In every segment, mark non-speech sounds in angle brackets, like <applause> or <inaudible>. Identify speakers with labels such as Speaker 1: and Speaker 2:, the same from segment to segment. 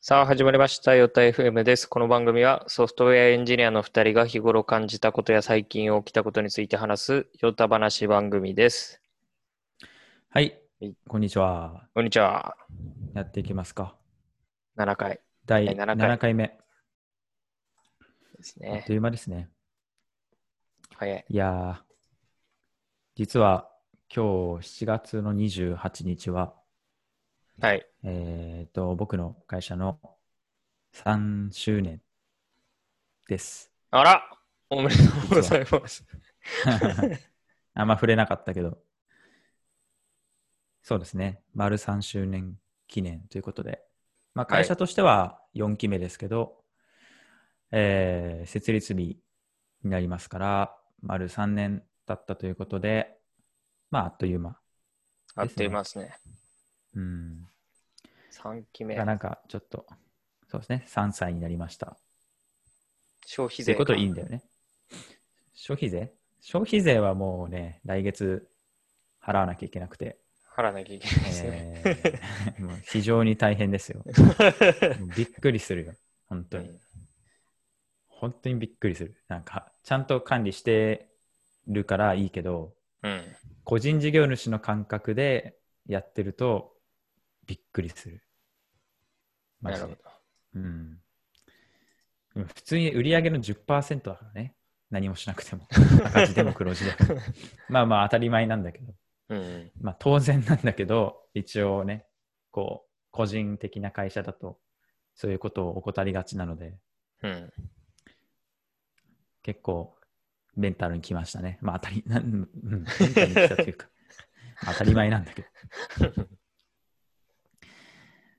Speaker 1: さあ、始まりました。ヨタ FM です。この番組はソフトウェアエンジニアの2人が日頃感じたことや最近起きたことについて話すヨタ話番組です。
Speaker 2: はい。こんにちは。
Speaker 1: こんにちは。
Speaker 2: やっていきますか。
Speaker 1: 7回。
Speaker 2: 第7回 ,7 回目。
Speaker 1: ですね。
Speaker 2: あっという間ですね。
Speaker 1: 早い。
Speaker 2: いや実は今日7月の28日は、
Speaker 1: はい。
Speaker 2: えっ、ー、と、僕の会社の3周年です。
Speaker 1: あらおめでとうございます。
Speaker 2: <laughs> あんま触れなかったけど。そうですね。丸3周年記念ということで。まあ、会社としては4期目ですけど、はい、えー、設立日になりますから、丸3年経ったということで、まあ、あっという間、ね、
Speaker 1: あっという間ですね。
Speaker 2: うん。
Speaker 1: 3期目。
Speaker 2: なんかちょっと、そうですね、3歳になりました。
Speaker 1: 消費税。
Speaker 2: そういうこといいんだよね。消費税消費税はもうね、来月払わなきゃいけなくて。
Speaker 1: 払わなきゃいけないですね。え
Speaker 2: ー、もう非常に大変
Speaker 1: <laughs>
Speaker 2: ですよ。びっくりするよ、本当に。本当にびっくりする。なんか、ちゃんと管理してるからいいけど、
Speaker 1: うん、
Speaker 2: 個人事業主の感覚でやってると、びっくりする。
Speaker 1: なるほど。
Speaker 2: うん。普通に売り上げの10%だからね。何もしなく
Speaker 1: <laughs>
Speaker 2: ても。赤字でも黒字でも。まあまあ当たり前なんだけど。
Speaker 1: うん、
Speaker 2: まあ当然なんだけど、一応ね、こう、個人的な会社だと、そういうことを怠りがちなので、
Speaker 1: うん、
Speaker 2: 結構、メンタルに来ましたね。まあ当たり、なうん、メンタルに来たというか、当たり前なんだけど。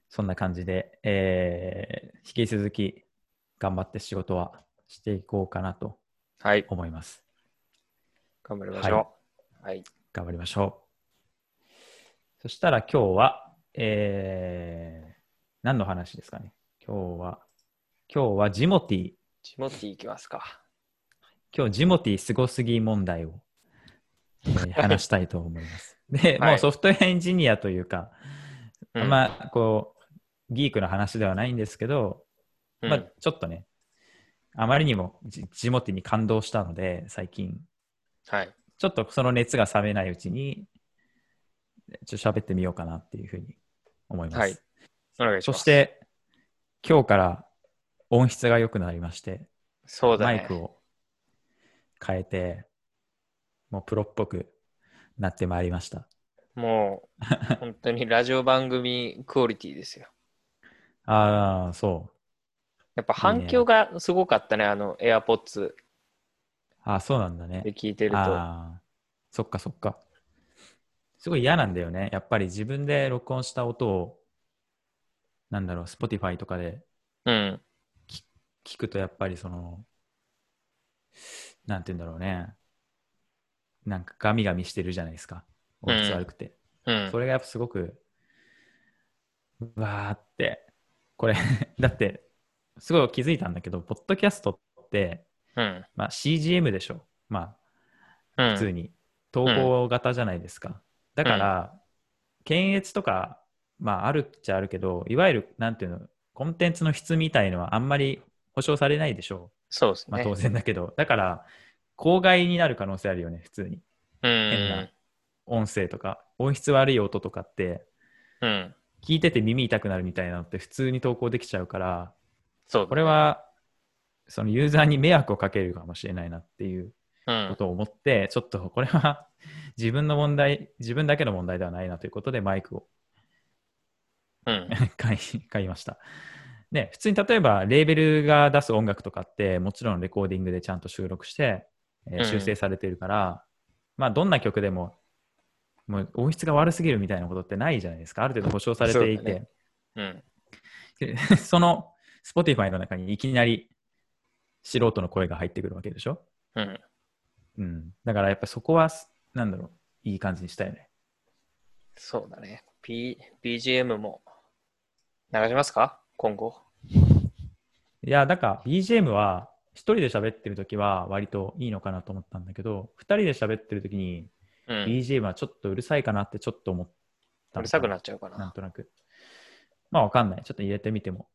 Speaker 2: そんな感じで、えー、引き続き頑張って仕事はしていこうかなと思います。
Speaker 1: はい、頑張りましょう、はい。はい。
Speaker 2: 頑張りましょう。そしたら今日は、えー、何の話ですかね。今日は、今日はジモティ。
Speaker 1: ジモティいきますか。
Speaker 2: 今日ジモティすごすぎ問題を、え <laughs> ー、話したいと思います。で、はい、もうソフトウェアエンジニアというか、うん、あんまこう、ギークの話ではないんですけど、まあ、ちょっとね、うん、あまりにも地元に感動したので、最近、
Speaker 1: はい、
Speaker 2: ちょっとその熱が冷めないうちに、ちょっと喋ってみようかなっていうふうに思います。はい、
Speaker 1: お願いし
Speaker 2: ますそして、今日から音質が良くなりまして、
Speaker 1: そうだ
Speaker 2: ね、マイクを変えて、もうプロっぽくなってまいりました。
Speaker 1: もう、本当にラジオ番組クオリティです
Speaker 2: <laughs>
Speaker 1: よ。
Speaker 2: ああ、そう。
Speaker 1: やっぱ反響がすごかったね、いいねあの、AirPods。
Speaker 2: ああ、そうなんだね。
Speaker 1: で聞いてると。あ
Speaker 2: そっかそっか。すごい嫌なんだよね。やっぱり自分で録音した音を、なんだろう、Spotify とかで、
Speaker 1: うん。
Speaker 2: 聞くとやっぱりその、なんて言うんだろうね。なんかガミガミしてるじゃないですか。音質悪くて。
Speaker 1: うん、うん、
Speaker 2: それがやっぱすごく、うわーって。これ <laughs> だって、すごい気づいたんだけど、ポッドキャストって、
Speaker 1: うん、
Speaker 2: まあ、CGM でしょ。まあ、普通に。投稿型じゃないですか。うん、だから、検閲とか、まあ、あるっちゃあるけど、いわゆる、なんていうの、コンテンツの質みたいのはあんまり保証されないでしょ
Speaker 1: う。そうですね。
Speaker 2: まあ、当然だけど。だから、公害になる可能性あるよね、普通に。
Speaker 1: うん、
Speaker 2: 変な音声とか、音質悪い音とかって、
Speaker 1: うん、
Speaker 2: 聞いてて耳痛くなるみたいなのって普通に投稿できちゃうから、
Speaker 1: そう、ね、
Speaker 2: これはそのユーザーに迷惑をかけるかもしれないなっていうことを思って、うん、ちょっとこれは <laughs> 自分の問題、自分だけの問題ではないなということでマイクを、
Speaker 1: うん、
Speaker 2: 買い <laughs> 買いました。ね、普通に例えばレーベルが出す音楽とかってもちろんレコーディングでちゃんと収録して、えー、修正されてるから、うん、まあどんな曲でももう音質が悪すぎるみたいなことってないじゃないですか。ある程度保証されていて。
Speaker 1: そ、ね,
Speaker 2: うん、 <laughs> その Spotify の中にいきなり素人の声が入ってくるわけでしょ。
Speaker 1: うん。
Speaker 2: うん、だからやっぱそこは、なんだろう、いい感じにしたよね。
Speaker 1: そうだね。B、BGM も流しますか今後。
Speaker 2: いや、だから BGM は一人で喋ってるときは割といいのかなと思ったんだけど、二人で喋ってるときに、
Speaker 1: うん、
Speaker 2: BGM はちょっとうるさいかなってちょっと思った。
Speaker 1: うるさくなっちゃうかな。
Speaker 2: なんとなく。まあわかんない。ちょっと入れてみても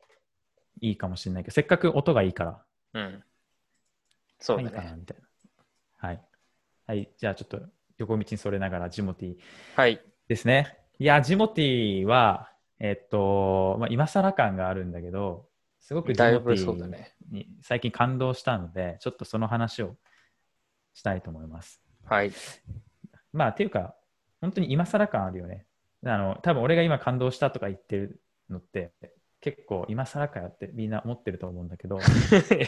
Speaker 2: いいかもしれないけど、せっかく音がいいから、
Speaker 1: うん。そう
Speaker 2: い
Speaker 1: だ
Speaker 2: いかな
Speaker 1: ね。
Speaker 2: みたいな。はい。はい、じゃあちょっと横道にそれながらジモティー
Speaker 1: はい。
Speaker 2: ですね。いや、ジモティーは、えっと、まあ、今更感があるんだけど、すごくジ
Speaker 1: だい
Speaker 2: モテ
Speaker 1: ぶ
Speaker 2: ィ
Speaker 1: そうだ
Speaker 2: ー
Speaker 1: ね。
Speaker 2: に最近感動したので、ちょっとその話をしたいと思います。
Speaker 1: はい。 <laughs>
Speaker 2: まあ、っていうか、本当に今更感あるよね。あの、多分俺が今感動したとか言ってるのって、結構今更かよってみんな思ってると思うんだ
Speaker 1: <laughs>
Speaker 2: けど、
Speaker 1: い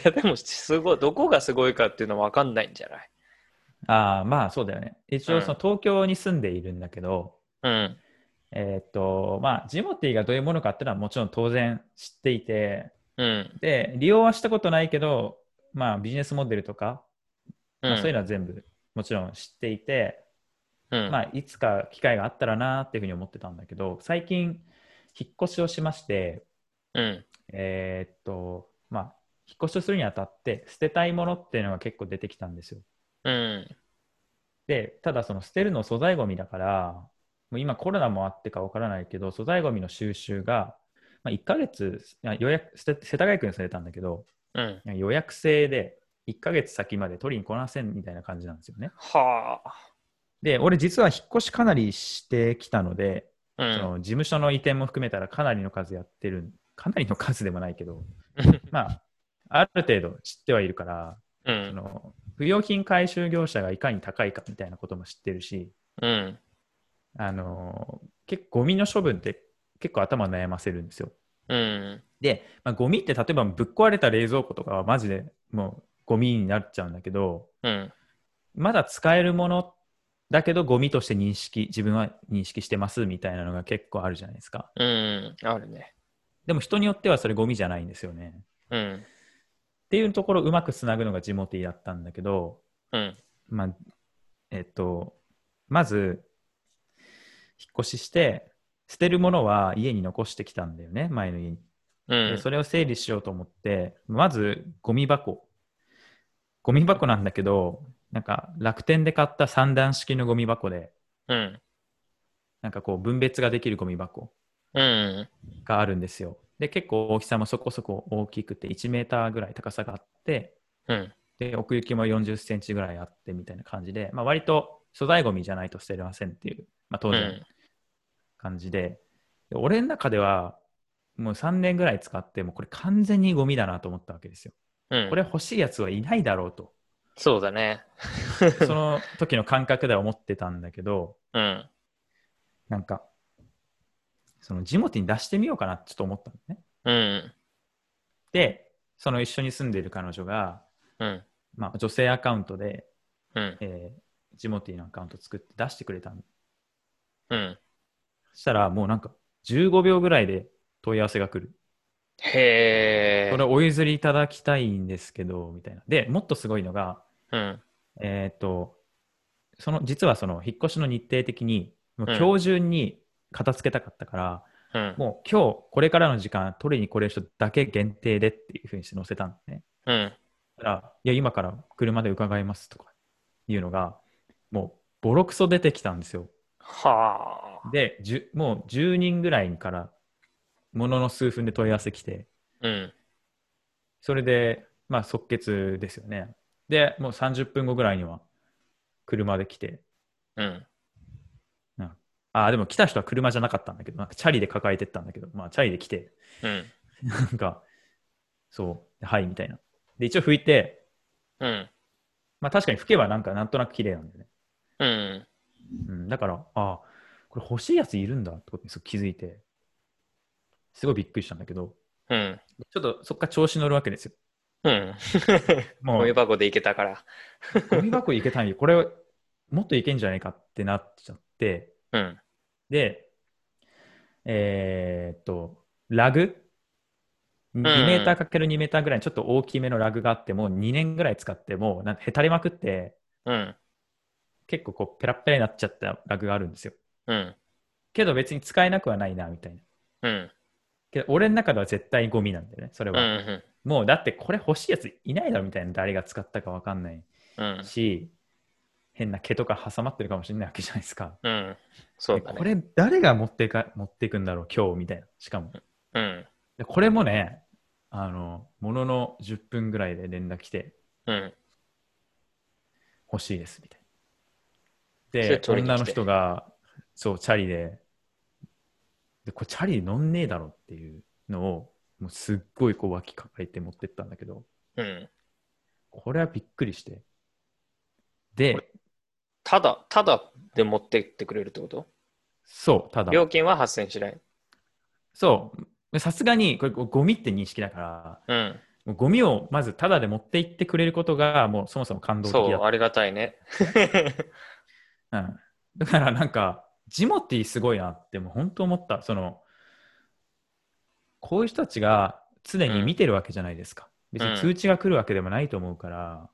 Speaker 1: や、でも、すごい、どこがすごいかっていうのは分かんないんじゃない
Speaker 2: ああ、まあそうだよね。一
Speaker 1: う
Speaker 2: 応
Speaker 1: ん
Speaker 2: その東京に住んでいるんだけど、
Speaker 1: うん。
Speaker 2: えーっと、まあジモティーがどういうものかっていうのはもちろん当然知っていて、
Speaker 1: うん。
Speaker 2: で、利用はしたことないけど、まあビジネスモデルとか、
Speaker 1: う。
Speaker 2: まあそういうんのは全部もちろん知っていて、
Speaker 1: うん
Speaker 2: まあ、いつか機会があったらなっていうふうに思ってたんだけど最近引っ越しをしまして
Speaker 1: うん。
Speaker 2: えーっとまあ引っ越しをするにあたって捨てたいものっていうのが結構出てきたんですよ
Speaker 1: うん。
Speaker 2: でただその捨てるの素材ゴミだからもう今コロナもあってかわからないけど素材ゴミの収集が、まあ、1ヶ月あ予約捨て世田谷区にされたんだけど
Speaker 1: うん。
Speaker 2: 予約制で1ヶ月先まで取りに来なせんみたいな感じなんですよね
Speaker 1: は
Speaker 2: で俺実は引っ越しかなりしてきたので
Speaker 1: あ。う
Speaker 2: そ
Speaker 1: ん。
Speaker 2: の事務所の移転も含めたらかなりの数やってるかなりの数でもない
Speaker 1: <laughs>
Speaker 2: けどまあある程度知ってはいるから
Speaker 1: う
Speaker 2: そ
Speaker 1: ん。
Speaker 2: の不用品回収業者がいかに高いかみたいなことも知ってるし
Speaker 1: うん。
Speaker 2: あの結構ゴミの処分って結構頭悩ませるんですよ
Speaker 1: うん。
Speaker 2: で、まあ、ゴミって例えばぶっ壊れた冷蔵庫とかはマジでもうゴミになっちゃうんだけど
Speaker 1: うん。
Speaker 2: まだ使えるものだけどゴミとして認識自分は認識してますみたいなのが結構あるじゃないですか
Speaker 1: うん。あるね。
Speaker 2: でも人によってはそれゴミじゃないんですよね。
Speaker 1: うん。
Speaker 2: っていうところをうまくつなぐのがジモティだったんだけど、
Speaker 1: うん。
Speaker 2: まあ、えっと、まず、引っ越しして、捨てるものは家に残してきたんだよね、前の家に。
Speaker 1: う
Speaker 2: で
Speaker 1: ん。
Speaker 2: それを整理しようと思って、まず、ゴミ箱。ゴミ箱なんだけど、なんか楽天で買った三段式のゴミ箱で、
Speaker 1: うん。
Speaker 2: なんかこう分別ができるゴミ箱
Speaker 1: うん。
Speaker 2: があるんですよ。で、結構大きさもそこそこ大きくて、1メーターぐらい高さがあって、
Speaker 1: うん。
Speaker 2: で奥行きも40センチぐらいあってみたいな感じで、まあ、割と粗大ごみじゃないと捨てれませんっていう、まあ、当
Speaker 1: う
Speaker 2: 然
Speaker 1: ん。
Speaker 2: 感じで,、で俺の中ではもう3年ぐらい使ってもうこれ完全にゴミだなと思ったわけですよ。
Speaker 1: うん。
Speaker 2: これ欲しいやつはいないだろうと
Speaker 1: そうだね。
Speaker 2: その時の感覚では思ってたんだけど
Speaker 1: うん。
Speaker 2: なんかその地元に出してみようかなってちょっと思ったのね。
Speaker 1: うん。
Speaker 2: でその一緒に住んでいる彼女が、
Speaker 1: うん。
Speaker 2: まあ、女性アカウントで、
Speaker 1: うん。
Speaker 2: えー、ジモティーのアカウント作って出してくれたん
Speaker 1: うん。
Speaker 2: そしたら、もうなんか、15秒ぐらいで問い合わせが来る。
Speaker 1: へ
Speaker 2: これ
Speaker 1: ー
Speaker 2: お譲りいただきたいんですけど、みたいな。で、もっとすごいのが、
Speaker 1: うん。
Speaker 2: えっ、と、その、実はその、引っ越しの日程的に、もう
Speaker 1: うん
Speaker 2: 今日中に片付けたかったから、
Speaker 1: うん。
Speaker 2: もう今日、これからの時間、取りに来れる人だけ限定でっていうふうにして載せたんでね。
Speaker 1: うん。
Speaker 2: だから、いや、今から車で伺いますとかいうのが、もう、ボロクソ出てきたんですよ。
Speaker 1: はあ。
Speaker 2: で、じゅもう10人ぐらいから、ものの数分で問い合わせ来て、
Speaker 1: うん。
Speaker 2: それで、まあ、即決ですよね。で、もう30分後ぐらいには車で来て、
Speaker 1: うん。
Speaker 2: ああ、でも来た人は車じゃなかったんだけど、なんかチャリで抱えてったんだけど、まあ、チャリで来て、 <laughs>
Speaker 1: うん。
Speaker 2: なんか、そう、はい、みたいな。で、一応拭いて、
Speaker 1: うん。
Speaker 2: まあ、確かに拭けばなんか、なんとなく綺麗なんだよね。
Speaker 1: うん。
Speaker 2: うん、だから、ああ、これ欲しいやついるんだってことにすごく気づいて、すごいびっくりしたんだけど、
Speaker 1: うん。
Speaker 2: ちょっとそっから調子乗るわけですよ。
Speaker 1: うん。
Speaker 2: も
Speaker 1: ゴミ
Speaker 2: う、
Speaker 1: 箱でいけたから。
Speaker 2: ゴミ箱いけたんよ。これ、もっといけんじゃないかってなっちゃって、
Speaker 1: うん。
Speaker 2: で、えーっと、ラグ2メーターかける2メーターぐらいのちょっと大きめのラグがあって、もう2年ぐらい使って、もうなんかへたれまくって、
Speaker 1: うん。
Speaker 2: 結構こうペラッペラになっちゃったラグがあるんですよ。
Speaker 1: うん。
Speaker 2: けど別に使えなくはないな、みたいな。
Speaker 1: うん。
Speaker 2: けど俺の中では絶対ゴミなんだよね、それ
Speaker 1: うん。う
Speaker 2: は。
Speaker 1: ん。
Speaker 2: もうだってこれ欲しいやついないだろ、みたいな。誰が使ったかわかんない
Speaker 1: うん。
Speaker 2: し、変な毛とか挟まってるかもしれないわけじゃないですか。
Speaker 1: うん。そうだ
Speaker 2: で
Speaker 1: ね。
Speaker 2: これ誰が持ってか持っていくんだろう、今日、みたいな。しかも。
Speaker 1: うん。
Speaker 2: でこれもね、あの、ものの10分ぐらいで連絡来て、
Speaker 1: うん。
Speaker 2: 欲しいです、みたい
Speaker 1: それ
Speaker 2: な。で、
Speaker 1: 取りに来て
Speaker 2: 女の人が、そう、チャリで、で、これチャリで乗んねえだろっていうのを、もうすっごいこう脇抱えて持ってったんだけど、
Speaker 1: うん。
Speaker 2: これはびっくりして。で
Speaker 1: こ、ただ、ただで持ってってくれるってこと
Speaker 2: そう、ただ、
Speaker 1: 料金は8000円しない。
Speaker 2: そう、さすがに、これゴミって認識だから、
Speaker 1: うん。
Speaker 2: もうゴミをまずただで持って行ってくれることが、もうそもそも感動的
Speaker 1: そ
Speaker 2: だ
Speaker 1: う、
Speaker 2: っ
Speaker 1: ありがたいね。
Speaker 2: た。うん、だからなんか、ジモティーすごいなって、もう本当思った。その、こういう人たちが常に見てるわけじゃないですか。別
Speaker 1: うん
Speaker 2: に通知が来るわけでもないと思うから、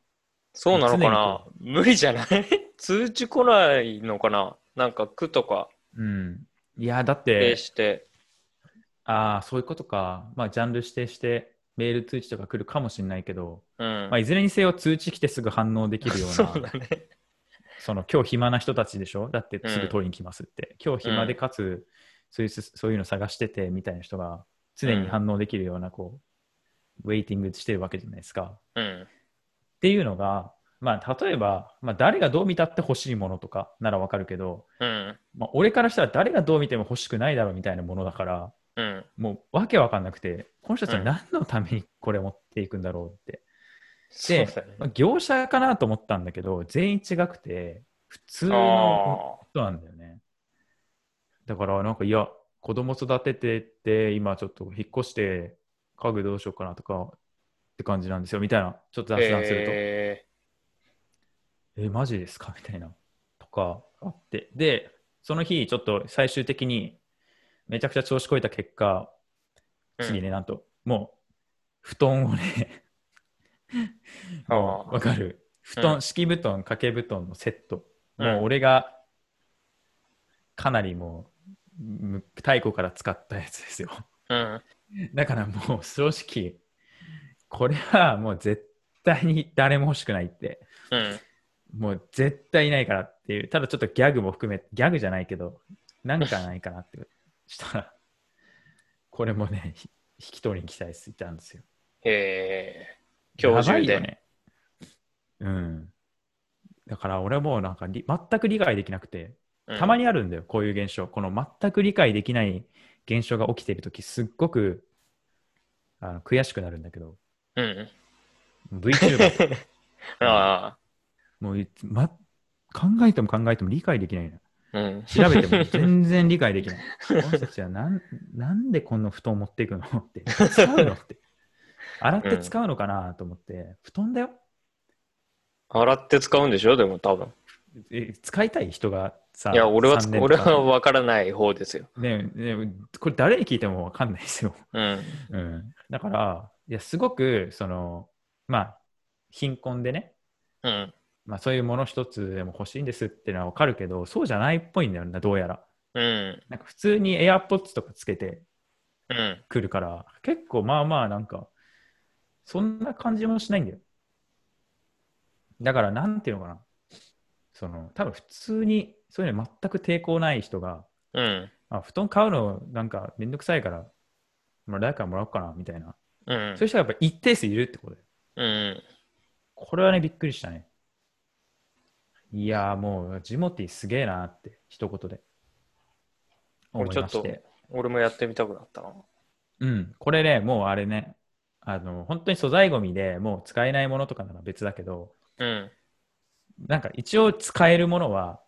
Speaker 1: そうなのか
Speaker 2: 常に
Speaker 1: な無理じゃない <laughs> 通知来ないのかななんか区とか
Speaker 2: うん。いや、だっ
Speaker 1: 指
Speaker 2: て
Speaker 1: 定、して。
Speaker 2: ああ、そういうことか。まあ、ジャンル指定して、メール通知とか来るかもしれないけど、
Speaker 1: うん。
Speaker 2: まあ、いずれにせよ通知来てすぐ反応できるような、
Speaker 1: そ
Speaker 2: そう
Speaker 1: だね。
Speaker 2: の今日暇な人たちでしょだってすぐ取りに来ますって。今日暇で
Speaker 1: うん
Speaker 2: かつ、そういうすそういうの探しててみたいな人が常に反応できるような、こう、ウェイティングしてるわけじゃないですか。
Speaker 1: うん。
Speaker 2: っていうのが、まあ、例えば、まあ、誰がどう見たって欲しいものとかならわかるけど、
Speaker 1: うん。
Speaker 2: まあ、俺からしたら誰がどう見ても欲しくないだろうみたいなものだから、
Speaker 1: うん。
Speaker 2: もうわけわかんなくて、この人たちは
Speaker 1: うん
Speaker 2: 何のためにこれ持っていくんだろうって。
Speaker 1: そうだね。
Speaker 2: まあ業者かなと思ったんだけど、全員違くて、普通の
Speaker 1: ああ。
Speaker 2: 人なんだよね。だから、なんか、いや、子供育ててって、今ちょっと引っ越して、家具どうしようかなとかって感じなんですよ、みたいな、ちょっと雑談すると、え
Speaker 1: え
Speaker 2: マジですかみたいな、とかあって。で、その日、ちょっと最終的に、めちゃくちゃ調子こいた結果、
Speaker 1: ー
Speaker 2: 次ね、なんと、もう、布団をね、
Speaker 1: あー
Speaker 2: もうわかる。布
Speaker 1: うん
Speaker 2: 団、敷布団、掛け布団のセット。
Speaker 1: うん
Speaker 2: もう俺が、かなりもう、む太古から使ったやつですよ。 <laughs>
Speaker 1: うん。
Speaker 2: だからもう、正直、これはもう絶対に誰も欲しくないって。
Speaker 1: うん。
Speaker 2: もう絶対いないからっていう、ただちょっとギャグも含め、ギャグじゃないけど、なんかないかなって、したら、これもね、ひ引き取りに来たりしてたんですよ。
Speaker 1: えー。今日中
Speaker 2: や
Speaker 1: で。
Speaker 2: ばいよね。うん。だから俺はもうなんかり全く理解できなくて、
Speaker 1: うん
Speaker 2: たまにあるんだよ、こういう現象。この全く理解できない現象が起きてるとき、すっごくあの悔しくなるんだけど、
Speaker 1: うん。 <laughs>
Speaker 2: VTuber
Speaker 1: あ
Speaker 2: もういつ、ま、考えても考えても理解できないな。
Speaker 1: あ。うん。
Speaker 2: 調べても全然理解できない。この人たちはなんなんでこんな布団持っていくのって、使うのって。洗って使うのかなと思って、布団だよ
Speaker 1: 洗って使うんでしょでも多分。
Speaker 2: え使いたい人がさ、
Speaker 1: いや、俺は
Speaker 2: 3年とか
Speaker 1: 俺は分からない方ですよ。
Speaker 2: ねねこれ誰に聞いてもわかんないですよ。
Speaker 1: うん。
Speaker 2: うん、だから、いや、すごく、その、まあ、貧困でね、
Speaker 1: うん。
Speaker 2: まあ、そういうもの一つでも欲しいんですっていうのはわかるけど、そうじゃないっぽいんだよな、どうやら。
Speaker 1: うん。
Speaker 2: なんか普通に AirPods とかつけて
Speaker 1: うん。
Speaker 2: くるから、結構まあまあなんか、そんな感じもしないんだよ。だから、なんていうのかな。その、多分普通に、そういうの全く抵抗ない人が、
Speaker 1: うん。
Speaker 2: あ布団買うのなんかめんどくさいから、まあ、誰かにもらおうかなみたいな、
Speaker 1: うん
Speaker 2: そういう人がやっぱ一定数いるってことで、
Speaker 1: うん。
Speaker 2: これはね、びっくりしたね。いやーもう、ジモティすげえなーって、一言で。
Speaker 1: こ
Speaker 2: 思
Speaker 1: れ
Speaker 2: いまし。
Speaker 1: ちょって俺もやってみたくなったな。
Speaker 2: うん、これね、もうあれね、あの、本当に素材ゴミでもう使えないものとかなら別だけど、
Speaker 1: うん。
Speaker 2: なんか一応使えるものは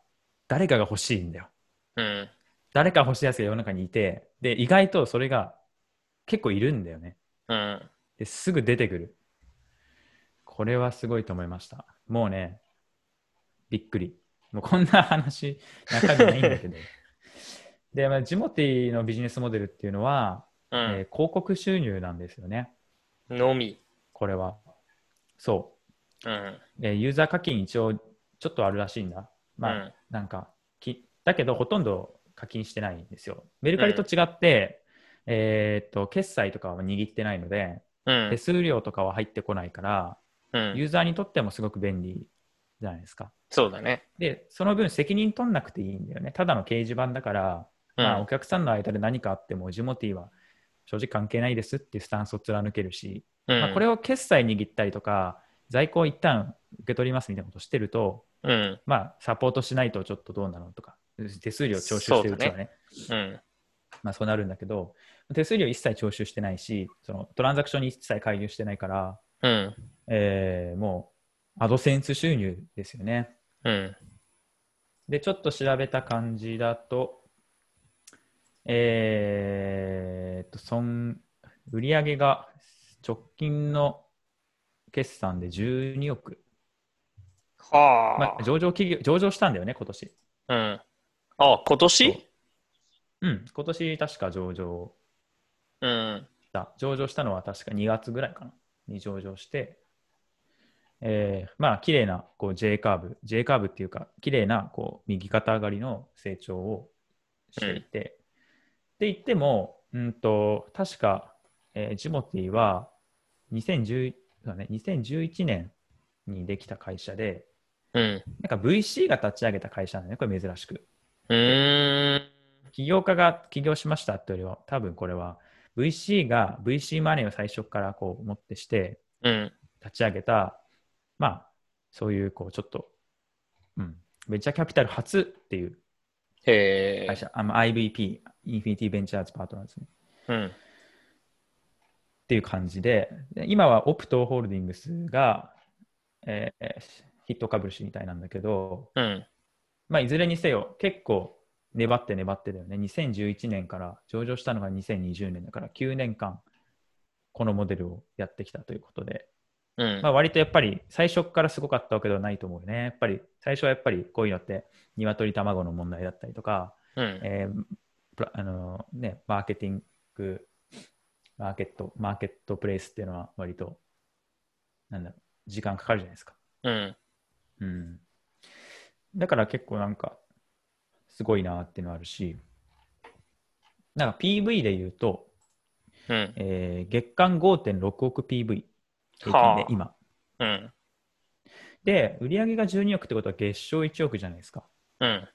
Speaker 2: 誰かが欲しいんだよ。
Speaker 1: うん。
Speaker 2: 誰か欲しいやつが世の中にいて、で、意外とそれが結構いるんだよね。
Speaker 1: うん。
Speaker 2: ですぐ出てくる。これはすごいと思いました。もうね、びっくり。もうこんな話、中身ないんだけど。で、まあ、ジモティのビジネスモデルっていうのは、
Speaker 1: う
Speaker 2: え
Speaker 1: ん。
Speaker 2: ー広告収入なんですよね。
Speaker 1: のみ。
Speaker 2: これは。そ
Speaker 1: うん。
Speaker 2: う。えーユーザー課金一応ちょっとあるらしいんだ。まあ、
Speaker 1: うん
Speaker 2: なんかき、だけどほとんど課金してないんですよ。メルカリと違って、えーっと、決済とかは握ってないので、
Speaker 1: うん
Speaker 2: 手。数料とかは入ってこないから、
Speaker 1: うん。
Speaker 2: ユーザーにとってもすごく便利じゃないですか。
Speaker 1: そうだね。
Speaker 2: で、その分責任取んなくていいんだよね。ただの掲示板だから、
Speaker 1: う
Speaker 2: まあ、お
Speaker 1: ん。
Speaker 2: 客さんの間で何かあっても、ジモティーは正直関係ないですっていうスタンスを貫けるし、
Speaker 1: うん
Speaker 2: まあ、これを決済握ったりとか、在庫を一旦受け取りますみたいなことしてると、
Speaker 1: うん。
Speaker 2: まあ、サポートしないとちょっとどうなのとか、手数料徴収してるうち
Speaker 1: そ
Speaker 2: は
Speaker 1: うだ
Speaker 2: ね、
Speaker 1: うん。
Speaker 2: まあ、そうなるんだけど、手数料一切徴収してないし、そのトランザクションに一切介入してないから、
Speaker 1: うん。
Speaker 2: えーもうアドセンス収入ですよね。
Speaker 1: うん。
Speaker 2: で、ちょっと調べた感じだと、えーっと、そん売上が直近の決算で12億、ま
Speaker 1: は
Speaker 2: あ、上場企業、上場したんだよね、今年。
Speaker 1: あ。うん。あ、今年
Speaker 2: うん、今年確か上場
Speaker 1: うん。
Speaker 2: だ。上場したのは確か2月ぐらいかな。に上場して、えーまあ、綺麗なこう J カーブ、J カーブっていうか、綺麗なこう右肩上がりの成長をしていて、って言っても、うんと、確か、えージモティは2010そうだね、2011年にできた会社で、
Speaker 1: うん。
Speaker 2: なんか VC が立ち上げた会社なんだよね、これ珍しく。
Speaker 1: うーん。
Speaker 2: 起業家が起業しましたってよりは、多分これは VC が VC マネーを最初からこう持ってして
Speaker 1: うん。
Speaker 2: 立ち上げた、まあ、そういうこうちょっと、うん、ベンチャーキャピタル初っていう
Speaker 1: へ
Speaker 2: 会
Speaker 1: え。
Speaker 2: 社、あの IVP、インフィニティベンチャーズパートナーズね
Speaker 1: うん。
Speaker 2: っていう感じで、で今はオプトホールディングスが、えーヒット株主みたいなんだけど、
Speaker 1: うん。
Speaker 2: まあ、いずれにせよ、結構粘って粘ってだよね。2011年から上場したのが2020年だから、9年間、このモデルをやってきたということで、
Speaker 1: うん。
Speaker 2: まあ、割とやっぱり最初からすごかったわけではないと思うよね。やっぱり最初はやっぱりこういうのって、鶏卵の問題だったりとか、
Speaker 1: うん。
Speaker 2: えープラあのね、マーケティング、マーケット、マーケットプレイスっていうのは割と、なんだろう、時間かかるじゃないですか。
Speaker 1: うん。
Speaker 2: うん、だから結構なんかすごいなっていうのあるしなんか PV で言うと、
Speaker 1: うん。
Speaker 2: えー月間5.6億 PV 平均
Speaker 1: はあ
Speaker 2: で今、
Speaker 1: うん。
Speaker 2: で売上が12億ってことは月賞1億じゃないですかっ
Speaker 1: うん。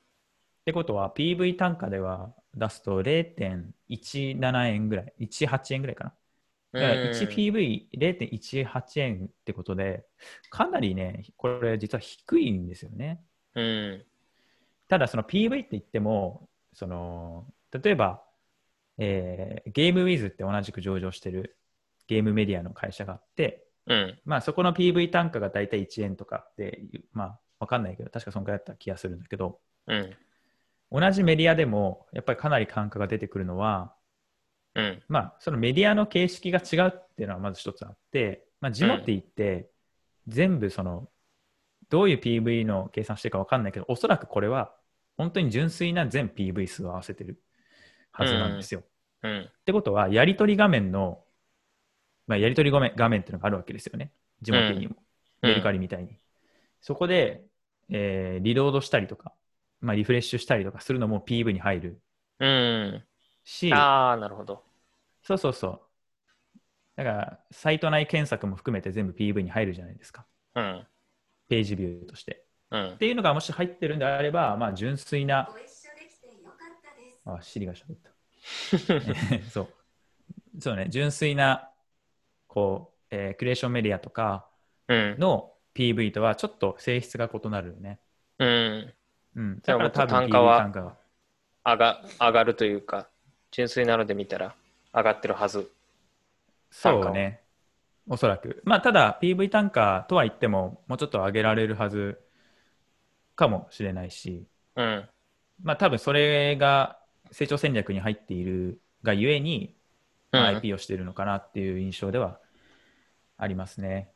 Speaker 2: てことは PV 単価では出すと0.17円ぐらい18円ぐらいかなだから
Speaker 1: うん
Speaker 2: 1PV0.18 円ってことでかなりねこれ実は低いんですよね
Speaker 1: うん。
Speaker 2: ただその PV って言ってもその例えば、えーゲームウィズって同じく上場してるゲームメディアの会社があって、
Speaker 1: うん。
Speaker 2: まあ、そこの PV 単価が大体1円とかっていうまあわかんないけど確かそんくらいだった気がするんだけど
Speaker 1: うん。
Speaker 2: 同じメディアでもやっぱりかなり単価が出てくるのは、
Speaker 1: うん。
Speaker 2: まあ、そのメディアの形式が違うっていうのはまず一つあって、まあ、ジモティって全部そのどういう PV の計算してるか分かんないけどおそらくこれは本当に純粋な全 PV 数を合わせてるはずなんですよ。
Speaker 1: うん。
Speaker 2: ってことはやり取り画面の、まあ、やり取り画面画面っていうのがあるわけですよねジモティにも、メルカリみたいに。そこで、えーリロードしたりとか、まあ、リフレッシュしたりとかするのも PV に入る
Speaker 1: う
Speaker 2: し
Speaker 1: ん。ああ、なるほど。
Speaker 2: そうそうそう。だから、サイト内検索も含めて全部 PV に入るじゃないですか。
Speaker 1: うん。
Speaker 2: ページビューとして。
Speaker 1: うん
Speaker 2: っ。ていうのがもし入ってるんであれば、まあ、純粋な、
Speaker 3: ご一緒できてよかったです。
Speaker 2: あ、シリが喋った。 <laughs> そう。そうね、純粋な、こう、えークリエーションメディアとか
Speaker 1: うん。
Speaker 2: の PV とはちょっと性質が異なるよね。
Speaker 1: うん。
Speaker 2: うん。
Speaker 1: じゃあ
Speaker 2: だから多分
Speaker 1: もっと単価は
Speaker 2: PV 単価が
Speaker 1: 上が、上がるというか、純粋なので見たら上がってるはず。単価を
Speaker 2: そうね。おそらく。まあ、ただ PV 単価とは言っても、もうちょっと上げられるはずかもしれないし、
Speaker 1: うん。
Speaker 2: まあ、多分それが成長戦略に入っているがゆえに、
Speaker 1: うん
Speaker 2: IP をしているのかなっていう印象ではありますね。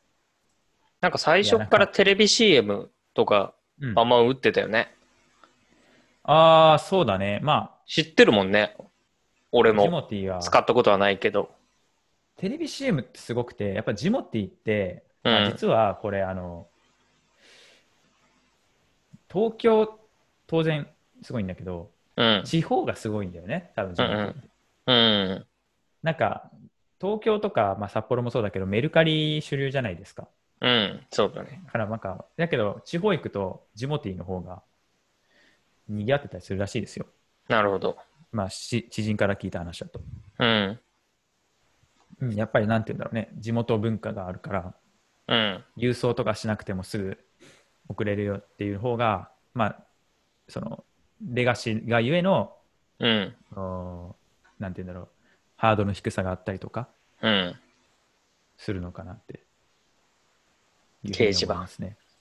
Speaker 1: なんか最初からテレビ CM とか
Speaker 2: うん
Speaker 1: バンバン打ってたよね。
Speaker 2: ああ、そうだね。ま
Speaker 1: 知ってるもんね。俺
Speaker 2: あ、ジ
Speaker 1: も
Speaker 2: モティは、
Speaker 1: 使ったことはないけど。
Speaker 2: テレビ CM ってすごくて、やっぱジモティって、ま
Speaker 1: う
Speaker 2: あ、
Speaker 1: ん
Speaker 2: 実はこれ、あの、東京、当然すごいんだけど、
Speaker 1: うん。
Speaker 2: 地方がすごいんだよね、多分、地元って
Speaker 1: うん。
Speaker 2: なんか、東京とか、まあ、札幌もそうだけど、メルカリ主流じゃないですか。
Speaker 1: うん。そうだね。
Speaker 2: だから、なんか、だけど、地方行くと、ジモティの方が、賑わってたりするらしいですよ。
Speaker 1: なるほど。
Speaker 2: まあ、し知人から聞いた話だと。
Speaker 1: うん。
Speaker 2: うんやっぱりなんて言うんだろうね、地元文化があるから、
Speaker 1: うん。
Speaker 2: 郵送とかしなくてもすぐ送れるよっていう方が、まあ、その、レガシーがゆえの、
Speaker 1: うん。
Speaker 2: あのなんて言うんだろう、ハードルの低さがあったりとか
Speaker 1: うん。
Speaker 2: するのかなっていうふうに思います
Speaker 1: 掲示
Speaker 2: ね。
Speaker 1: 板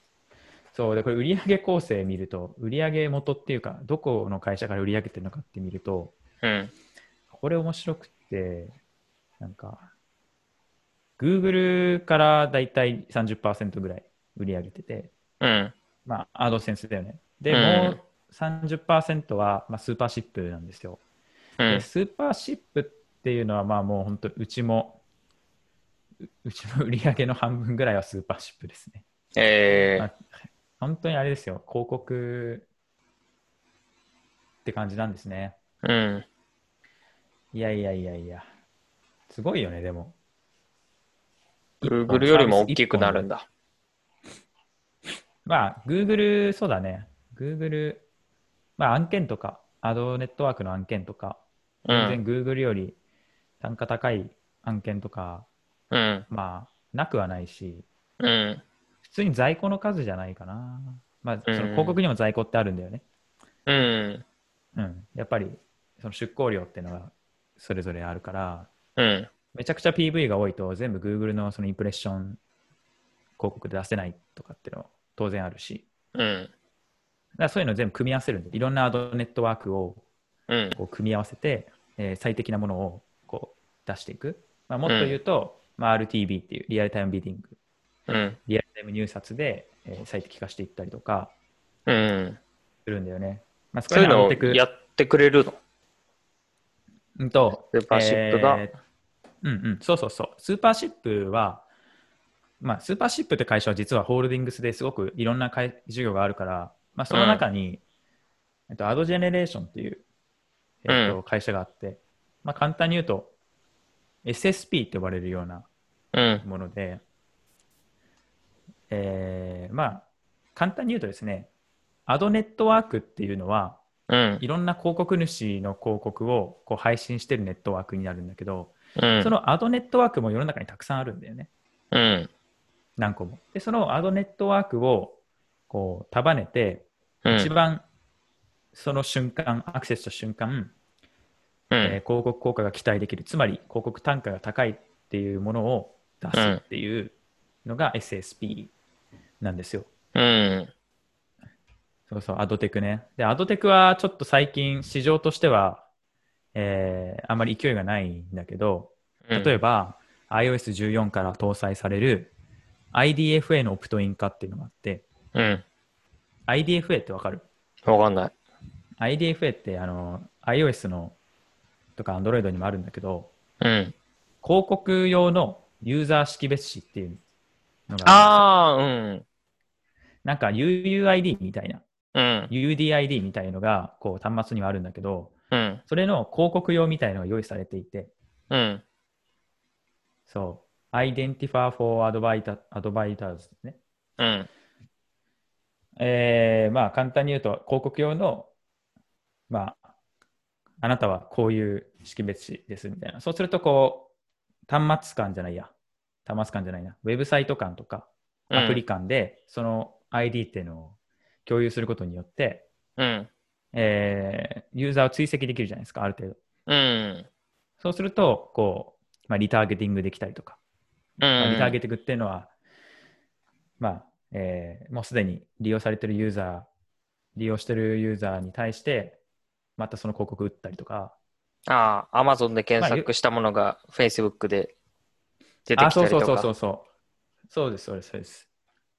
Speaker 2: そう、で、これ売上構成見ると、売上元っていうか、どこの会社から売り上げてるのかって見ると、
Speaker 1: うん。
Speaker 2: これ面白くて、なんか、Google からだいたい30%ぐらい売り上げてて、
Speaker 1: うん。
Speaker 2: まあ、アドセンスだよね。で、
Speaker 1: うん
Speaker 2: もう30%は、まあ、スーパーシップなんですよ。
Speaker 1: う
Speaker 2: で
Speaker 1: ん。
Speaker 2: スーパーシップっていうのは、まあもう本当、うちも、う <laughs> うちの売り上げの半分ぐらいはスーパーシップですね。
Speaker 1: え
Speaker 2: ま
Speaker 1: ー
Speaker 2: あ、本当にあれですよ、広告って感じなんですね。
Speaker 1: うん。
Speaker 2: いやいやいやいや。すごいよね、でも。
Speaker 1: Google よりも大きくなるんだ。
Speaker 2: まあ、Google、そうだね。Google、まあ案件とか、アドネットワークの案件とか、
Speaker 1: う
Speaker 2: 全然
Speaker 1: ん。
Speaker 2: Google より単価高い案件とか、
Speaker 1: うん。
Speaker 2: まあ、なくはないし、
Speaker 1: うん。
Speaker 2: 普通に在庫の数じゃないかな。まあ、その
Speaker 1: うん
Speaker 2: 広告にも在庫ってあるんだよね。
Speaker 1: うん。
Speaker 2: うん。やっぱり、その出稿料っていうのがそれぞれあるから、
Speaker 1: うん。
Speaker 2: めちゃくちゃ PV が多いと全部 Google のそのインプレッション広告で出せないとかっていうのは当然あるし、
Speaker 1: うん。
Speaker 2: だからそういうのを全部組み合わせるんで、いろんなアドネットワークを
Speaker 1: うん。
Speaker 2: こう組み合わせて、えー最適なものをこう出していく。まあ、もっと言うと、まあ、RTV っていうリアルタイムビーティング、
Speaker 1: うん。
Speaker 2: リアルタイム入札で、えー最適化していったりとか
Speaker 1: うん。
Speaker 2: するんだよね。まあ、そこ
Speaker 1: そう
Speaker 2: ら
Speaker 1: いうの
Speaker 2: 辺は
Speaker 1: を
Speaker 2: 持ってく
Speaker 1: やってくれるの
Speaker 2: うんと、
Speaker 1: スーパーシップが
Speaker 2: えーうんうん、そうそうそう。スーパーシップは、まあ、スーパーシップって会社は実はホールディングスですごくいろんな会事業があるから、まあ、その中に、えっと、アドジェネレーションっていう、え
Speaker 1: う
Speaker 2: っと、会社があって、まあ、簡単に言うと、SSP って呼ばれるような
Speaker 1: うん。
Speaker 2: もので、えーまあ、簡単に言うとですね、アドネットワークっていうのは、
Speaker 1: うん。
Speaker 2: いろんな広告主の広告をこう配信してるネットワークになるんだけど、
Speaker 1: うん
Speaker 2: そ。のアドネットワークも世の中にたくさんあるんだよね。
Speaker 1: うん。
Speaker 2: 何個も。で、そのアドネットワークをこう束ねて、
Speaker 1: うん。
Speaker 2: 一番その瞬間、アクセスした瞬間、
Speaker 1: う
Speaker 2: え
Speaker 1: ん。
Speaker 2: ー広告効果が期待できる。つまり、広告単価が高いっていうものを出すっていうのが SSP なんですよ。
Speaker 1: うん。
Speaker 2: そうそう、アドテクね。で、アドテクはちょっと最近市場としては、えーあんまり勢いがないんだけど、例えば、iOS14 から搭載される IDFA のオプトイン化っていうのがあって、
Speaker 1: うん。
Speaker 2: IDFA ってわかる
Speaker 1: わかんない。
Speaker 2: ?IDFA ってあの iOS のとか Android にもあるんだけど、
Speaker 1: うん。
Speaker 2: 広告用のユーザー識別詞っていうのがある
Speaker 1: ああ、うん。
Speaker 2: なんか UUID みたいな、
Speaker 1: うん。
Speaker 2: UDID みたいのがこう端末にはあるんだけど、
Speaker 1: うん。
Speaker 2: それの広告用みたいのが用意されていて、
Speaker 1: うん。
Speaker 2: そう、Identifier for Advita- Advertisers ですね。
Speaker 1: うん。
Speaker 2: えーまあ簡単に言うと広告用の、まあ、あなたはこういう識別詞ですみたいな。そうするとこう端末間じゃないや。端末間じゃないな。ウェブサイト間とかアプリ間でその ID っていうのを共有することによって、
Speaker 1: うん。
Speaker 2: えーユーザーを追跡できるじゃないですか、ある程度。
Speaker 1: うん。
Speaker 2: そうすると、こう、まあ、リターゲティングできたりとか。
Speaker 1: う
Speaker 2: まあ
Speaker 1: ん。
Speaker 2: リターゲティングっていうのは、まあえーもうすでに利用されてるユーザー、利用してるユーザーに対して、またその広告打ったりとか、
Speaker 1: ああ、アマゾンで検
Speaker 2: まあゆ
Speaker 1: 索したものが Facebook で出てきた
Speaker 2: あ、
Speaker 1: りとか。
Speaker 2: そうそうそうそうそう、そうです、そうです、そうです。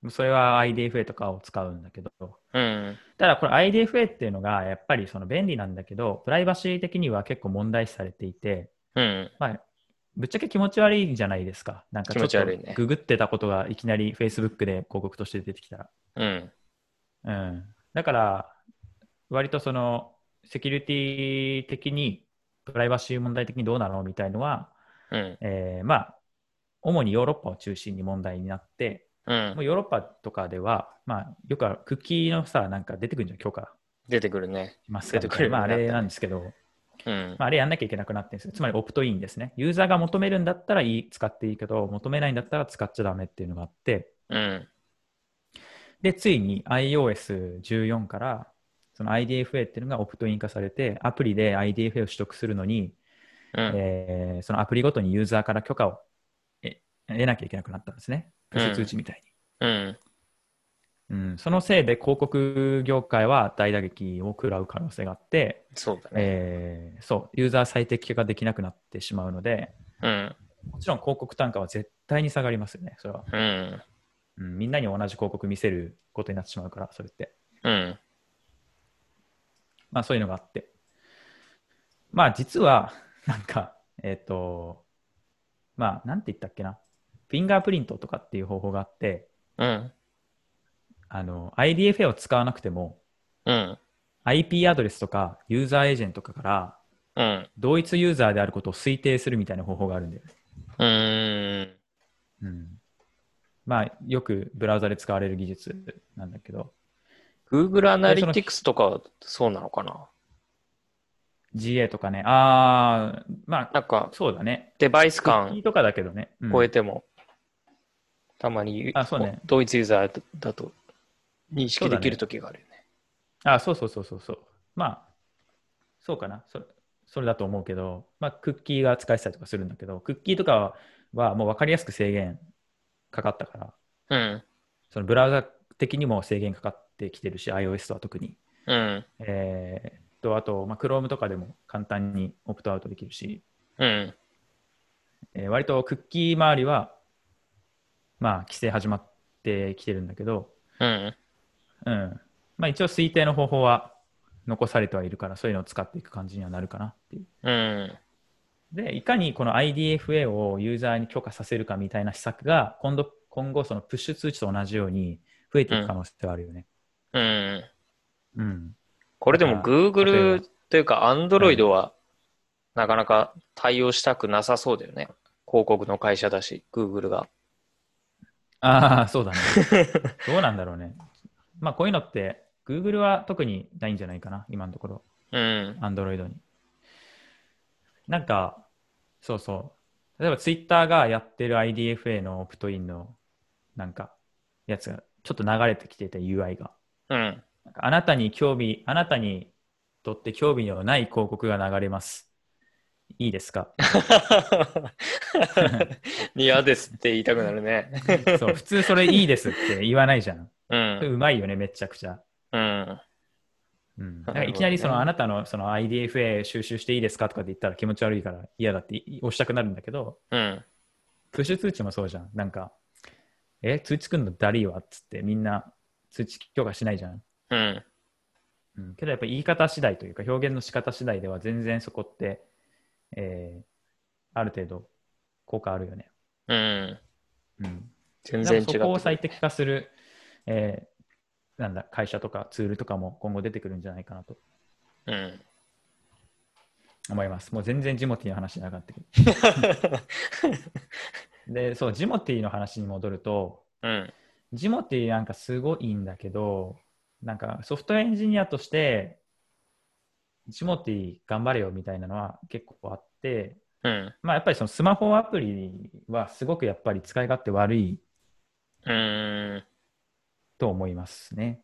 Speaker 2: それは IDFA とかを使うんだけど、
Speaker 1: うん。
Speaker 2: ただこれ IDFA っていうのがやっぱりその便利なんだけど、プライバシー的には結構問題視されていて、
Speaker 1: うん。
Speaker 2: まあ、ぶっちゃけ気持ち悪いじゃないですか。なんかちょ
Speaker 1: 気
Speaker 2: っ
Speaker 1: 持ち
Speaker 2: と
Speaker 1: 悪いね
Speaker 2: ググってたことがいきなり Facebook で広告として出てきたら。
Speaker 1: うん。
Speaker 2: うん、だから、割とそのセキュリティ的に、プライバシー問題的にどうなのみたいのは、
Speaker 1: うん。
Speaker 2: えーまあ、主にヨーロッパを中心に問題になって、
Speaker 1: うん
Speaker 2: も。うヨーロッパとかでは、まあ、よくあるクッキーのさ、なんか出てくるんじゃん、許可
Speaker 1: 出てくるね。
Speaker 2: しますか
Speaker 1: 出
Speaker 2: み
Speaker 1: て
Speaker 2: た
Speaker 1: くる
Speaker 2: いなまあ、あ
Speaker 1: ようになったね
Speaker 2: れなんですけど、
Speaker 1: うん。
Speaker 2: まあ、あれやんなきゃいけなくなってるんですよ。つまりオプトインですね。ユーザーが求めるんだったらいい、使っていいけど、求めないんだったら使っちゃダメっていうのがあって、
Speaker 1: うん。
Speaker 2: で、ついに iOS14 から、その IDFA っていうのがオプトイン化されて、アプリで IDFA を取得するのに、
Speaker 1: うん。
Speaker 2: えーそのアプリごとにユーザーから許可をえ得なきゃいけなくなったんですね。プッシュ通知みたいに。
Speaker 1: うん。
Speaker 2: うん、そのせいで広告業界は大打撃を食らう可能性があって、
Speaker 1: そうだね。
Speaker 2: えーそう、ユーザー最適化ができなくなってしまうので、
Speaker 1: うん。
Speaker 2: もちろん広告単価は絶対に下がりますよね、それは。
Speaker 1: うん。
Speaker 2: うん、みんなに同じ広告見せることになってしまうから、それって。
Speaker 1: うん。
Speaker 2: まあそういうのがあって。まあ実は、なんか、えっ、と、まあなんて言ったっけな。フィンガープリントとかっていう方法があって、
Speaker 1: うん。
Speaker 2: あの、IDFA を使わなくても、
Speaker 1: うん。
Speaker 2: IP アドレスとかユーザーエージェントとかか
Speaker 1: う
Speaker 2: ら
Speaker 1: ん。
Speaker 2: 同一ユーザーであることを推定するみたいな方法があるんだよね。
Speaker 1: うーん。
Speaker 2: うん。まあよくブラウザで使われる技術なんだけど、
Speaker 1: Google Analytics とかはそうなのかな
Speaker 2: GA とかね、あー、まあ
Speaker 1: なんか、
Speaker 2: そうだね。
Speaker 1: デバイス
Speaker 2: クッキ
Speaker 1: 間
Speaker 2: ーとかだけどね。うん
Speaker 1: 超えても、たまに、
Speaker 2: あそうね
Speaker 1: 同一ユーザーだと認識できるときがあるよね。
Speaker 2: あ、そうそうそうそうそう。まあ、そうかな。それそれだと思うけど、まあ、クッキーが使えてたりとかするんだけど、クッキーとかははもう分かりやすく制限かかったから、そのブラウザ的にも制限かかってきてるし、iOS は特に。
Speaker 1: うん。
Speaker 2: えーっと、あと、まあ、Chrome とかでも簡単にオプトアウトできるし、
Speaker 1: うん。うん。
Speaker 2: えー割とクッキー周りは、まあ、規制始まってきてるんだけど、
Speaker 1: うん。
Speaker 2: うん。まあ、一応推定の方法は残されてはいるから、そういうのを使っていく感じにはなるかなっていう。
Speaker 1: うん。
Speaker 2: で、いかにこの IDFA をユーザーに許可させるかみたいな施策が、今度、今後、そのプッシュ通知と同じように増えていく可能性はあるよね。
Speaker 1: うん。
Speaker 2: うん。
Speaker 1: これでも
Speaker 2: だから例え
Speaker 1: Google
Speaker 2: ば
Speaker 1: というか Android はなかなか対応したくなさそうだよね。広告の会社だし、Google が。
Speaker 2: ああ、そう <laughs> だね。どうなんだろうね。まあ、こういうのって、Google は特にないんじゃないかな、今のところ。
Speaker 1: うん。
Speaker 2: Android に。なんか、そうそう。例えば Twitter がやってる IDFA のオプトインの、なんか、やつが、ちょっと流れてきてて UI が。
Speaker 1: うん。
Speaker 2: なんかあなたに興味、あなたにとって興味のない広告が流れます。いいで
Speaker 1: <laughs>
Speaker 2: すか
Speaker 1: 嫌ですって言いたくなるね。
Speaker 2: そう、普通それいいですって言わないじゃん。
Speaker 1: う
Speaker 2: それ
Speaker 1: ん。
Speaker 2: うまいよね、めちゃくちゃ。
Speaker 1: うん。
Speaker 2: うん、
Speaker 1: なるほどね
Speaker 2: なんかいきなりそのあなたのその IDFA 収集していいですかとかって言ったら気持ち悪いから嫌だってい押したくなるんだけど、
Speaker 1: うん。
Speaker 2: プッシュ通知もそうじゃん。なんか、え、通知くんのだりーわっつってみんな通知許可しないじゃん。
Speaker 1: うん。
Speaker 2: うん、けどやっぱ言い方次第というか表現の仕方次第では全然そこって、えーある程度効果あるよね。
Speaker 1: うん。
Speaker 2: うん、
Speaker 1: 全然違
Speaker 2: だから
Speaker 1: う。
Speaker 2: そこを最適化する、えーなんだ会社とかツールとかも今後出てくるんじゃないかなと
Speaker 1: うん。
Speaker 2: 思います。もう全然ジモティーの話じゃなかったけど。で、そう、ジモティーの話に戻ると、
Speaker 1: うん。
Speaker 2: ジモティーなんかすごいんだけど、なんかソフトウェアエンジニアとして、ジモティー頑張れよみたいなのは結構あって、
Speaker 1: うん。
Speaker 2: まあやっぱりそのスマホアプリはすごくやっぱり使い勝手悪い
Speaker 1: うん。
Speaker 2: と思いますね。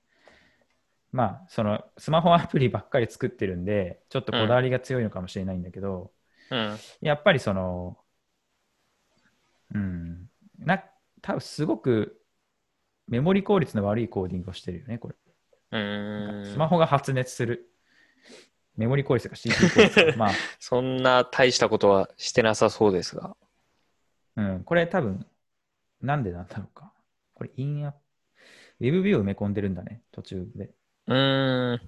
Speaker 2: まあそのスマホアプリばっかり作ってるんで、ちょっとこだわりが強いのかもしれないんだけど、
Speaker 1: うん。
Speaker 2: やっぱりその、うん、な、多分すごくメモリ効率の悪いコーディングをしてるよね、これ。
Speaker 1: うん。
Speaker 2: スマホが発熱する。メモリ効率とか CPU 効率とか。まあ、
Speaker 1: そんな大したことはしてなさそうですが。
Speaker 2: うん、これ多分、なんでなんだろうか。これ、インアップ。ウェブビューを埋め込んでるんだね、途中で。
Speaker 1: うーん。
Speaker 2: ウ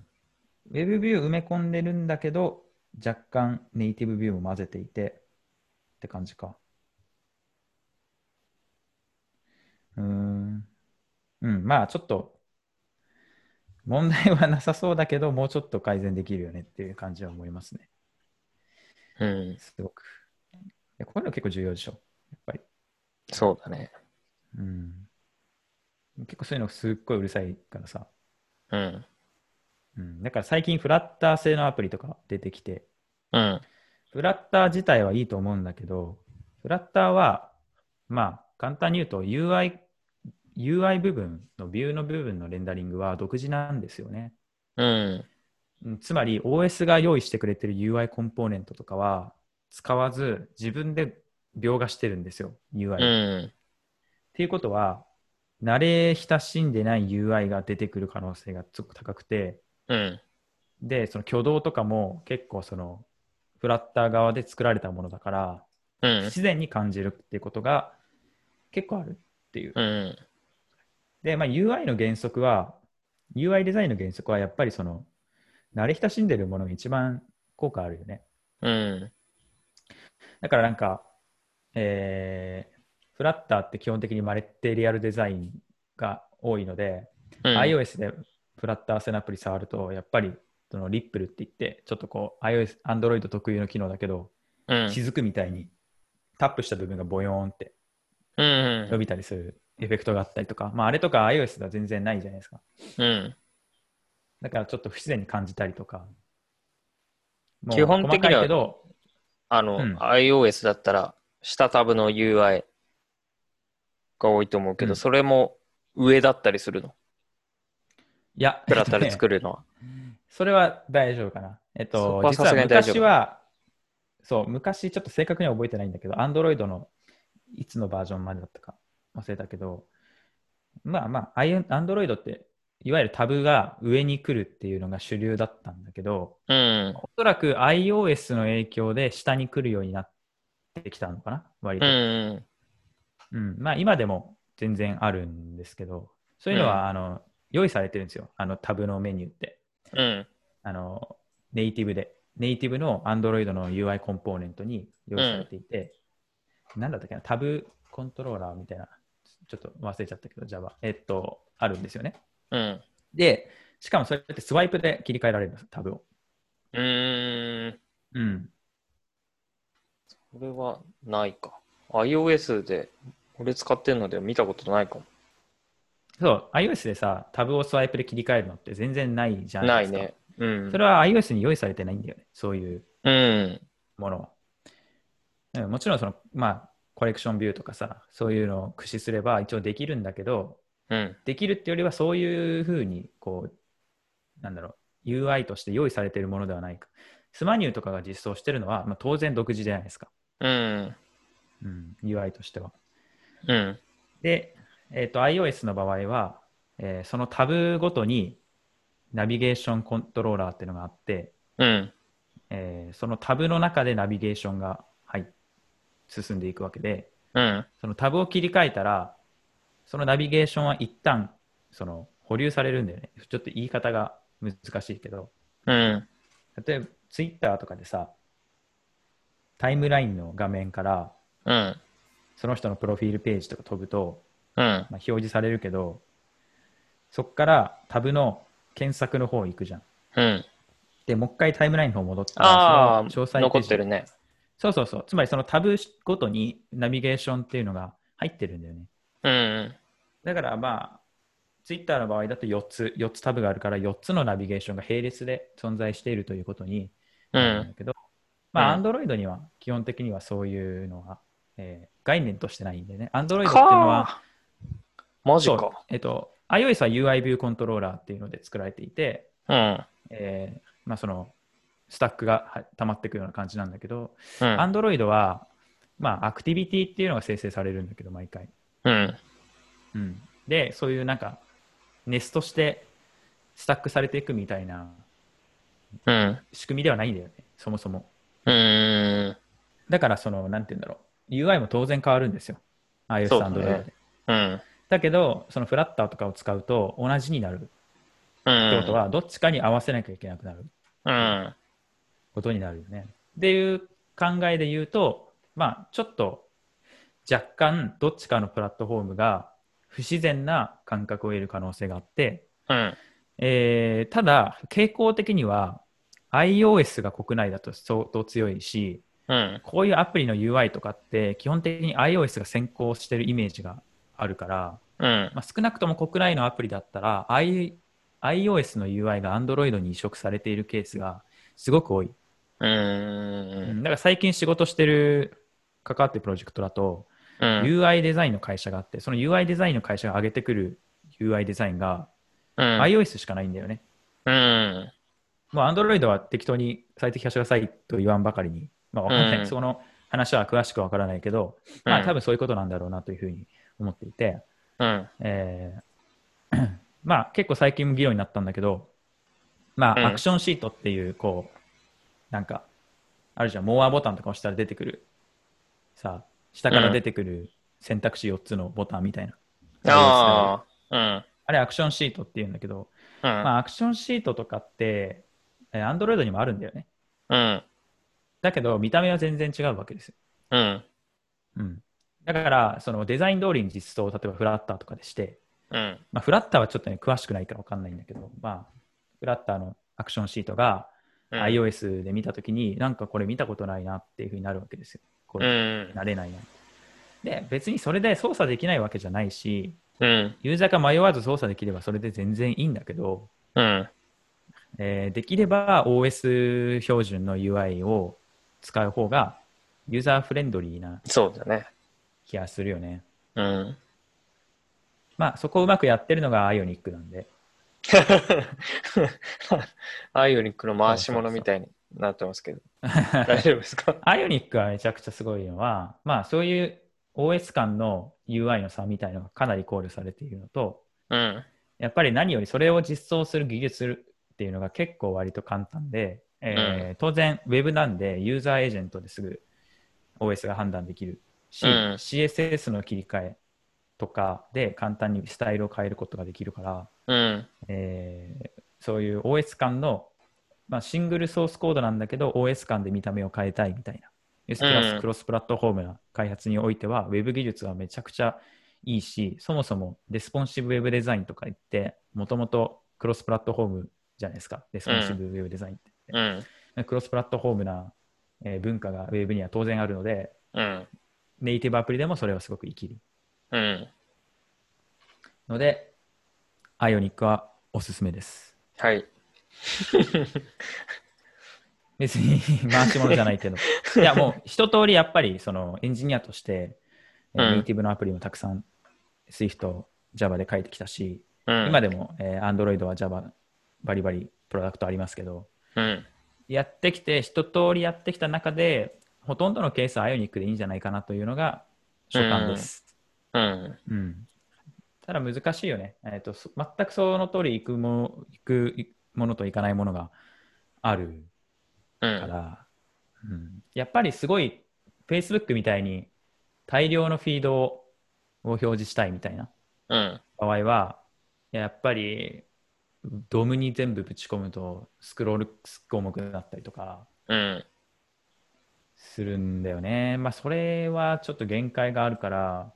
Speaker 2: ェブビューを埋め込んでるんだけど、若干ネイティブビューも混ぜていてって感じか。うーん。うん、まあちょっと、問題はなさそうだけど、もうちょっと改善できるよねっていう感じは思いますね。
Speaker 1: うん。
Speaker 2: すごく。いやこういうの結構重要でしょ。やっぱり。
Speaker 1: そうだね。
Speaker 2: うん。結構そういうのすっごいうるさいからさ。
Speaker 1: うん。
Speaker 2: うん。だから最近フラッター製のアプリとか出てきて、
Speaker 1: うん
Speaker 2: フラッター自体はいいと思うんだけど、フラッターは、まあ、簡単に言うと UI、UI 部分のビューの部分のレンダリングは独自なんですよね。
Speaker 1: うん。
Speaker 2: うんつまり OS が用意してくれてる UI コンポーネントとかは使わず自分で描画してるんですよ、UI を。
Speaker 1: う
Speaker 2: っ
Speaker 1: ん。
Speaker 2: ていうことは、慣れ親しんでない UI が出てくる可能性がすごく高くて、
Speaker 1: うん。
Speaker 2: で、その挙動とかも結構そのフラッター側で作られたものだから、
Speaker 1: うん
Speaker 2: 不。自然に感じるっていうことが結構あるっていう。
Speaker 1: うん。
Speaker 2: で、まあ、UI の原則は、UI デザインの原則はやっぱりその、慣れ親しんでるものが一番効果あるよね。
Speaker 1: うん。
Speaker 2: だからなんか、えー、フラッターって基本的にマレッテリアルデザインが多いので、
Speaker 1: うん。
Speaker 2: iOS でフラッター線のアプリ触ると、やっぱりそのリップルって言って、ちょっとこう iOS、Android 特有の機能だけど、
Speaker 1: うん。
Speaker 2: 雫みたいにタップした部分がボヨーンって
Speaker 1: うん
Speaker 2: 伸。びたりするエフェクトがあったりとか、まあ、あれとか iOS では全然ないじゃないですか。
Speaker 1: うん。
Speaker 2: だからちょっと不自然に感じたりとか。もう
Speaker 1: 基本的には
Speaker 2: 細かいけど、
Speaker 1: あの、
Speaker 2: うん
Speaker 1: iOS だったら、下タブの UI が多いと思うけど、
Speaker 2: うん
Speaker 1: それも上だったりするの。
Speaker 2: いや、
Speaker 1: プラタで
Speaker 2: えっとね
Speaker 1: 作るのは。
Speaker 2: それは大丈夫かな。えっ
Speaker 1: そ
Speaker 2: と
Speaker 1: こ、は
Speaker 2: 実
Speaker 1: さす
Speaker 2: は
Speaker 1: がに大丈夫
Speaker 2: 昔は、そう、昔ちょっと正確には覚えてないんだけど、Android のいつのバージョンまでだったか忘れたけど、まあまあ、ああいう Android って、いわゆるタブが上に来るっていうのが主流だったんだけど、
Speaker 1: うん。
Speaker 2: おそらく iOS の影響で下に来るようになってきたのかな、割
Speaker 1: う
Speaker 2: と。
Speaker 1: ん。
Speaker 2: うん、まあ今でも全然あるんですけど、そういうのは、あの用意されてるんですよ、あのタブのメニューって。
Speaker 1: うん。
Speaker 2: あのネイティブで、ネイティブの Android の UI コンポーネントに用意されていて、なんだったっけな、タブコントローラーみたいな、ちょっと忘れちゃったけど、Java、えっと、あるんですよね。
Speaker 1: うん。
Speaker 2: で、しかもそれってスワイプで切り替えられるんです、タブを。
Speaker 1: うん。
Speaker 2: うん。
Speaker 1: これはないか。iOS で、俺使ってるので見たことないかも。
Speaker 2: そう、iOS でさ、タブをスワイプで切り替えるのって全然ないじゃな
Speaker 1: ないい
Speaker 2: ですか。
Speaker 1: ね。うん
Speaker 2: そ。れは iOS に用意されてないんだよね、そういう
Speaker 1: うん。
Speaker 2: ものは。うんもちろんその、まあ、コレクションビューとかさ、そういうのを駆使すれば一応できるんだけど、
Speaker 1: うん。
Speaker 2: できるってよりはそういうふうに、こう、なんだろう、UI として用意されているものではないか。スマニューとかが実装してるのは、まあ、当然独自じゃないですか。
Speaker 1: うん。
Speaker 2: うん、UI としては。
Speaker 1: うん。
Speaker 2: で、えっと iOS の場合は、えーそのタブごとにナビゲーションコントローラーっていうのがあって、
Speaker 1: うん。
Speaker 2: えーそのタブの中でナビゲーションが、はい、進んでいくわけで、
Speaker 1: うん。
Speaker 2: そのタブを切り替えたら、そのナビゲーションは一旦その保留されるんだよね。ちょっと言い方が難しいけど、
Speaker 1: うん。
Speaker 2: 例えば Twitter とかでさ、タイムラインの画面から
Speaker 1: うん。
Speaker 2: その人のプロフィールページとか飛ぶと、
Speaker 1: うん。
Speaker 2: まあ、表示されるけど、そこからタブの検索の方行くじゃん。
Speaker 1: うん。
Speaker 2: で、もう一回タイムラインの方戻ったら、
Speaker 1: あ
Speaker 2: そ
Speaker 1: あ、
Speaker 2: の詳細ページ
Speaker 1: 残ってるね。
Speaker 2: そうそうそう。つまりそのタブごとにナビゲーションっていうのが入ってるんだよね。
Speaker 1: うん。
Speaker 2: だからまあ、ツイッターの場合だと4つ、4つタブがあるから、4つのナビゲーションが並列で存在しているということに
Speaker 1: う
Speaker 2: なるん
Speaker 1: ん。
Speaker 2: だけど、まあ、
Speaker 1: うん
Speaker 2: Android には基本的にはそういうのは、えー概念としてないんでね、Android っていうのは、
Speaker 1: かマジ
Speaker 2: そう
Speaker 1: か。
Speaker 2: えっと、iOS は UI ビューコントローラーっていうので作られていて、
Speaker 1: うん。
Speaker 2: えーまあ、そのスタックがは溜まっていくような感じなんだけど、
Speaker 1: うん。
Speaker 2: Android は、まあ、アクティビティっていうのが生成されるんだけど、毎回。
Speaker 1: うん。
Speaker 2: うん、でそういうなんかネストしてスタックされていくみたいな
Speaker 1: うん。
Speaker 2: 仕組みではないんだよねそもそも
Speaker 1: うん。
Speaker 2: だからそのなんて言うんだろう UI も当然変わるんですよ iOS
Speaker 1: そう
Speaker 2: と
Speaker 1: だね
Speaker 2: Android でだ,、
Speaker 1: うん。
Speaker 2: けどそのフラッターとかを使うと同じになるって
Speaker 1: うん。
Speaker 2: ことはどっちかに合わせなきゃいけなくなる
Speaker 1: うん。
Speaker 2: ことになるよねっていう考えで言うとまあちょっと若干どっちかのプラットフォームが不自然な感覚を得る可能性があって
Speaker 1: うん。
Speaker 2: えーただ、傾向的には iOS が国内だと相当強いし、
Speaker 1: うん。
Speaker 2: こういうアプリの UI とかって基本的に iOS が先行してるイメージがあるから、
Speaker 1: うん。
Speaker 2: まあ、少なくとも国内のアプリだったら、I、iOS の UI が Android に移植されているケースがすごく多い。
Speaker 1: う。
Speaker 2: うんんだから最近仕事してる関わってるプロジェクトだと、
Speaker 1: うん。
Speaker 2: UI デザインの会社があってその UI デザインの会社が上げてくる UI デザインが
Speaker 1: うん。
Speaker 2: iOS しかないんだよね、
Speaker 1: うん。
Speaker 2: もう Android は適当に最適化してくださいと言わんばかりに、まあ、わかんない、
Speaker 1: うん
Speaker 2: そこの話は詳しくわからないけど、まあ多分そういうことなんだろうなというふうに思っていて、
Speaker 1: うん。
Speaker 2: えー <clears throat> まあ結構最近も議論になったんだけど、ま
Speaker 1: うん
Speaker 2: あアクションシートっていう、こう、なんか、あるじゃん、モアボタンとか押したら出てくる、さ、下から出てくる選択肢4つのボタンみたいな。
Speaker 1: ああ。うん。
Speaker 2: あれアクションシートって言うんだけど、
Speaker 1: うん。
Speaker 2: まあアクションシートとかって、えー Android にもあるんだよね。
Speaker 1: うん。
Speaker 2: だけど、見た目は全然違うわけですよ。
Speaker 1: うん。
Speaker 2: うん。だから、そのデザイン通りに実装を例えばフラッターとかでして、
Speaker 1: うん。
Speaker 2: まあ、フラッターはちょっとね、詳しくないから分かんないんだけど、まあ、フラッターのアクションシートが
Speaker 1: うん。
Speaker 2: iOS で見たときに、なんかこれ見たことないなっていうふうになるわけですよ。こ
Speaker 1: う
Speaker 2: れ、
Speaker 1: ん。
Speaker 2: 慣れないな。で、別にそれで操作できないわけじゃないし、
Speaker 1: うん。
Speaker 2: ユーザーが迷わず操作できればそれで全然いいんだけど、
Speaker 1: うん。
Speaker 2: えーできれば OS 標準の UI を使う方がユーザーフレンドリーな
Speaker 1: そうだね。
Speaker 2: 気がするよね。
Speaker 1: <laughs> うん。
Speaker 2: まあ、そこをうまくやってるのが Ionic なんで。
Speaker 1: アイオニックの回し物みたいになってますけど。大丈夫ですか
Speaker 2: アイオニックはめちゃくちゃすごいのは、まあそういう OS 間の UI の差みたいなのがかなり考慮されているのと、
Speaker 1: <laughs> うん。
Speaker 2: やっぱり何よりそれを実装する技術っていうのが結構割と簡単で、えー当然 Web なんでユーザーエージェントですぐ OS が判断できるし、
Speaker 1: うん
Speaker 2: CSS の切り替えとかで簡単にスタイルを変えることができるから、
Speaker 1: うん。
Speaker 2: えーそういう OS 間の、まあ、シングルソースコードなんだけど OS 間で見た目を変えたいみたいな S プラスクロスプラットフォームな開発においては、Web 技術はめちゃくちゃいいしそもそもレスポンシブ Web デザインとか言ってもともとクロスプラットフォームじゃないですかレスポンシブ Web デザインって、
Speaker 1: うん。
Speaker 2: クロスプラットフォームな、えー文化が Web には当然あるので
Speaker 1: うん。
Speaker 2: ネイティブアプリでもそれはすごく生きる
Speaker 1: うん。
Speaker 2: ので Ionic はおすすめです
Speaker 1: はい。
Speaker 2: 別に回し物じゃないけど。い
Speaker 1: <laughs>
Speaker 2: や、もう一通りやっぱりそのエンジニアとして、えー
Speaker 1: うん
Speaker 2: ネイティブのアプリもたくさん Swift、Java で書いてきたし、
Speaker 1: うん。
Speaker 2: 今でも、えー Android は Java バリバリプロダクトありますけど、
Speaker 1: うん。
Speaker 2: やってきて、一通りやってきた中で、ほとんどのケースは Ionic でいいんじゃないかなというのが所感です。
Speaker 1: うん。
Speaker 2: うんただ難しいよね。えー、とそ全くその通り行くも行くいものと行かないものがある。
Speaker 1: う
Speaker 2: か
Speaker 1: ん。
Speaker 2: ら、うんやっぱりすごい Facebook みたいに大量のフィードを表示したいみたいな
Speaker 1: うん。
Speaker 2: 場合はいややっぱりドムに全部ぶち込むとスクロール項目だったりとか
Speaker 1: うん。
Speaker 2: するんだよね。まあそれはちょっと限界があるから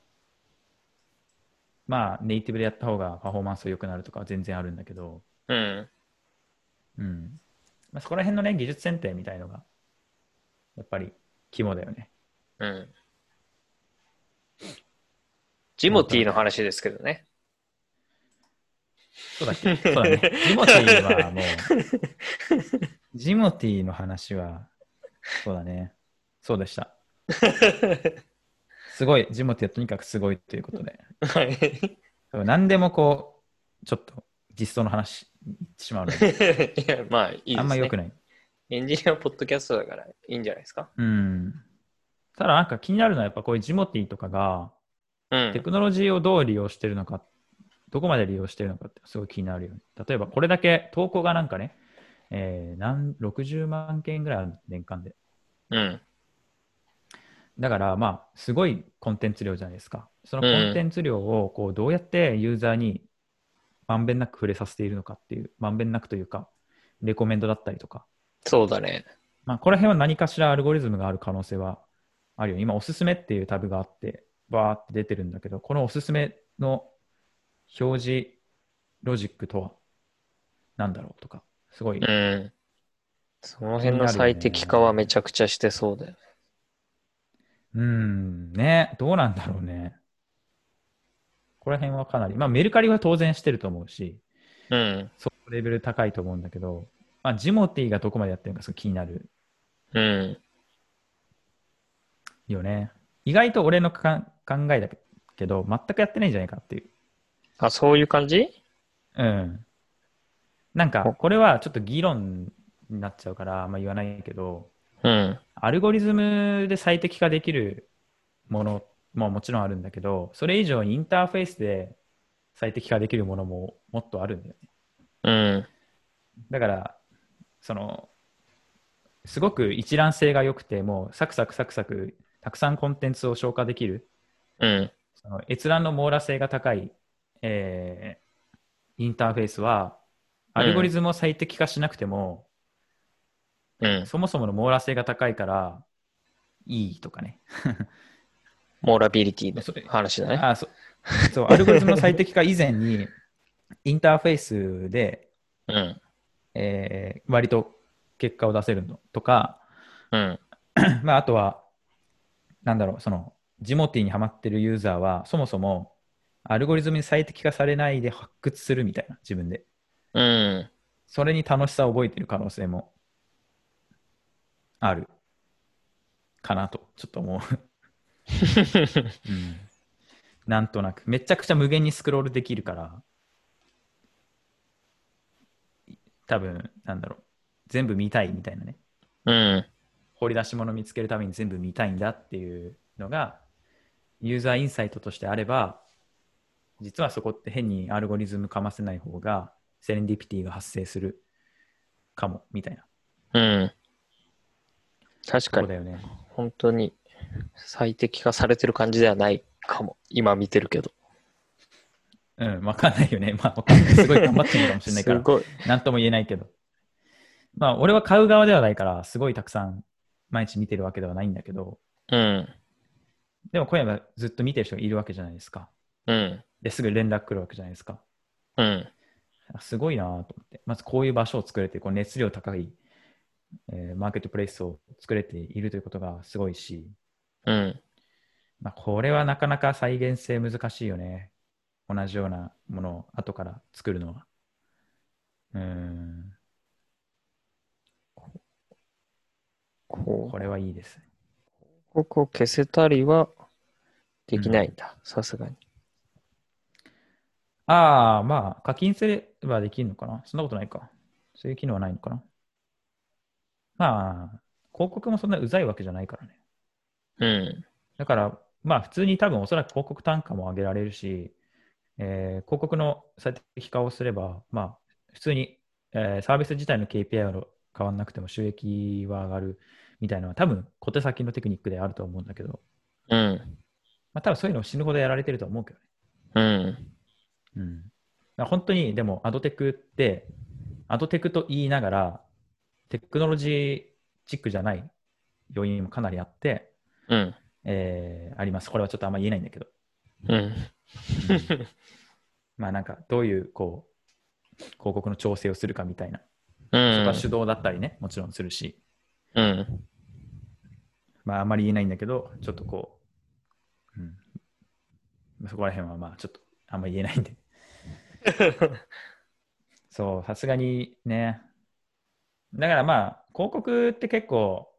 Speaker 2: まあネイティブでやった方がパフォーマンス良くなるとかは全然あるんだけど、
Speaker 1: うん。
Speaker 2: うんまあ、そこら辺のね技術選定みたいのがやっぱり肝だよね。
Speaker 1: うん。ジモティーの話ですけどね。
Speaker 2: そうだ
Speaker 1: <laughs>
Speaker 2: っけそうだね。ジモティーはもう、ジモティーの話は、そうだね。そうでした。すごい、ジモティーはとにかくすごいということで。
Speaker 1: はい。 <laughs>
Speaker 2: 何でもこう、ちょっと実装の話に行ってしまうので、
Speaker 1: <laughs> いや、まあ、いいですね。
Speaker 2: あんま良くない。
Speaker 1: エンジニアポッドキャストだからいいんじゃないですか。
Speaker 2: うん。ただなんか気になるのはやっぱこういうジモティーとかが、
Speaker 1: う
Speaker 2: テ
Speaker 1: ん。
Speaker 2: クノロジーをどう利用してるのか、どこまで利用してるのかってすごい気になるよね。例えばこれだけ投稿がなんかね、えー、なん60万件ぐらいある年間で。
Speaker 1: うん。
Speaker 2: だからまあすごいコンテンツ量じゃないですか。その
Speaker 1: うん
Speaker 2: コンテンツ量をこうどうやってユーザーにまんべんなく触れさせているのかっていう、まんべんなくというか、レコメンドだったりとか、
Speaker 1: そうだね。
Speaker 2: まあ、この辺は何かしらアルゴリズムがある可能性はあるよ。今、おすすめっていうタブがあって、バーって出てるんだけど、このおすすめの表示ロジックとは何だろうとか、すごい
Speaker 1: うん。その辺の最適化はめちゃくちゃしてそうだよね。
Speaker 2: うーん、ね、どうなんだろうね。ここら辺はかなり、まあメルカリは当然してると思うし、
Speaker 1: うん。
Speaker 2: レベル高いと思うんだけど、まあジモティーがどこまでやってるのかすごい気になる
Speaker 1: うん。
Speaker 2: よね。意外と俺のか考えだけど、全くやってないんじゃないかっていう。
Speaker 1: あ、そういう感じ
Speaker 2: うん。なんか、これはちょっと議論になっちゃうから、あんま言わないけど、
Speaker 1: うん。
Speaker 2: アルゴリズムで最適化できるものももちろんあるんだけど、それ以上にインターフェースで最適化できるものももっとあるんだよね。
Speaker 1: うん。
Speaker 2: だから、その、すごく一覧性が良くて、もうサクサクサクサク、たくさんコンテンツを消化できる、
Speaker 1: うん。
Speaker 2: その閲覧の網羅性が高い、えーインターフェースは、
Speaker 1: うん
Speaker 2: アルゴリズムを最適化しなくても、
Speaker 1: うん。
Speaker 2: そもそもの網羅性が高いから、いいとかね。
Speaker 1: モーラビリティの
Speaker 2: それ
Speaker 1: 話だね。
Speaker 2: あそそう、アルゴリズムの最適化以前に、インターフェースで、
Speaker 1: うん。
Speaker 2: えー割と結果を出せるのとか、
Speaker 1: うん。
Speaker 2: まあ、あとは、なんだろう、その、ジモティにハマってるユーザーは、そもそも、アルゴリズムに最適化されないで発掘するみたいな、自分で。
Speaker 1: うん。
Speaker 2: それに楽しさを覚えてる可能性もあるかなと、ちょっと思う。うんなんとなく、めちゃくちゃ無限にスクロールできるから、多分なんだろう、全部見たいみたいなね。
Speaker 1: うん。
Speaker 2: 掘り出し物見つけるために全部見たいんだっていうのがユーザーインサイトとしてあれば実はそこって変にアルゴリズムかませない方がセレンディピティが発生するかもみたいな
Speaker 1: うん。確
Speaker 2: と
Speaker 1: か
Speaker 2: こ
Speaker 1: に、
Speaker 2: だよね
Speaker 1: 本当に最適化されてる感じではないかも。今見てるけど。
Speaker 2: うんわかんないよねまあわかんないすごい頑張ってるのかもしれないか
Speaker 1: <laughs> す
Speaker 2: ら
Speaker 1: ごい。
Speaker 2: なんとも言えないけどまあ俺は買う側ではないからすごいたくさん毎日見てるわけではないんだけど
Speaker 1: うん。
Speaker 2: でも今夜はずっと見てる人がいるわけじゃないですか
Speaker 1: うん。
Speaker 2: ですぐ連絡来るわけじゃないですか
Speaker 1: うん。
Speaker 2: すごいなと思って、まずこういう場所を作れて、こう熱量高い、えーマーケットプレイスを作れているということがすごいし、
Speaker 1: うん。
Speaker 2: まあ、これはなかなか再現性難しいよね。同じようなものを後から作るのは。うーん、
Speaker 1: こ
Speaker 2: これはいいです。
Speaker 1: う、ここを消せたりはできないんだ。さすがに。
Speaker 2: ああ、まあ、課金すればできるのかなそんなことないか。そういう機能はないのかなまあ、広告もそんなうざいわけじゃないからね。
Speaker 1: うん。
Speaker 2: だから、まあ普通に多分おそらく広告単価も上げられるし、えー広告の最適化をすれば、まあ普通に、えーサービス自体の KPI は変わらなくても収益は上がるみたいなのは多分小手先のテクニックであると思うんだけど、
Speaker 1: うん。
Speaker 2: まあ多分そういうのを死ぬほどやられてると思うけどね。
Speaker 1: うん。
Speaker 2: うん。だから本当にでもアドテクって、アドテクと言いながら、テクノロジーチックじゃない要因もかなりあって、
Speaker 1: うん。
Speaker 2: えーあります。これはちょっとあんま言えないんだけど。
Speaker 1: うん。
Speaker 2: まあなんかどういうこう広告の調整をするかみたいな、
Speaker 1: う
Speaker 2: そこは
Speaker 1: ん。
Speaker 2: 手動だったりね、もちろんするし、
Speaker 1: うん。
Speaker 2: まああまり言えないんだけど、ちょっとこう、うんまあ、そこら辺はまあちょっとあんまり言えないんで、そう、さすがにね、だからまあ広告って結構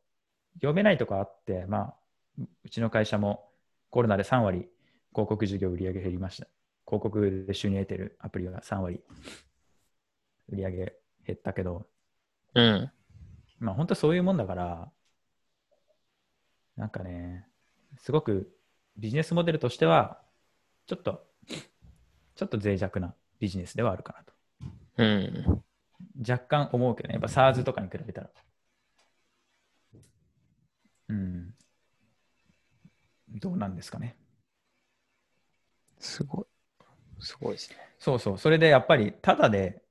Speaker 2: 読めないとこあって、まあううちの会社もコロナで3割広告事業売上減りました。広告で収入得てるアプリは3割売上減ったけど、
Speaker 1: うん。
Speaker 2: まあ本当そういうもんだから、なんかね、すごくビジネスモデルとしては、ちょっと、ちょっと脆弱なビジネスではあるかなと。
Speaker 1: うん。
Speaker 2: 若干思うけどね、やっぱ SARS とかに比べたら。うん。どうなんですかね。
Speaker 1: すごい。すごいですね。
Speaker 2: そうそう、それでやっぱり、ただで、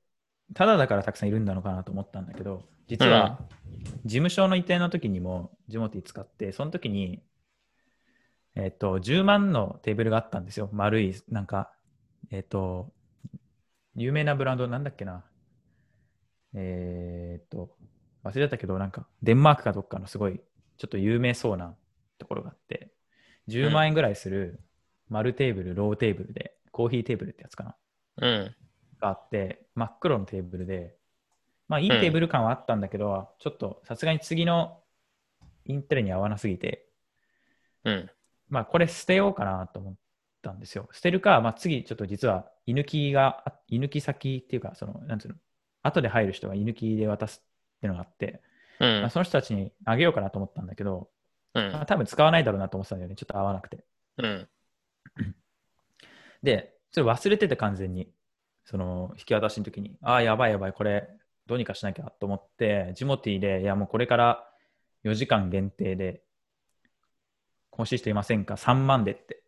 Speaker 2: ただだからたくさんいるんだのかなと思ったんだけど、実は、事務所の移転の時にも、ジモティ使って、その時に、えっ、と、10万のテーブルがあったんですよ。丸い、なんか、えっ、と、有名なブランド、なんだっけな。えっ、と、忘れちゃったけど、なんか、デンマークかどっかのすごい、ちょっと有名そうなところがあって、10万円ぐらいする丸テーブル、ローテーブルで、コーヒーテーブルってやつかな。
Speaker 1: うん。
Speaker 2: があって、真っ黒のテーブルで、まあいいテーブル感はあったんだけど、ちょっとさすがに次のインテリに合わなすぎて、
Speaker 1: うん。
Speaker 2: まあ、これ捨てようかなと思ったんですよ。捨てるか、まあ、次、ちょっと実は、居抜きが、あ居抜き先っていうか、その、なんつうの、後で入る人が居抜きで渡すっていうのがあって、
Speaker 1: う
Speaker 2: まあ、
Speaker 1: ん。
Speaker 2: その人たちにあげようかなと思ったんだけど、
Speaker 1: うん
Speaker 2: まあ、多分使わないだろうなと思ってたんだよね、ちょっと合わなくて。
Speaker 1: うん。
Speaker 2: で、それ忘れてて完全に、その引き渡しの時に、ああ、やばいやばい、これどうにかしなきゃと思って、ジモティーで、いやもうこれから4時間限定で、欲しい人いませんか ?3 万でって。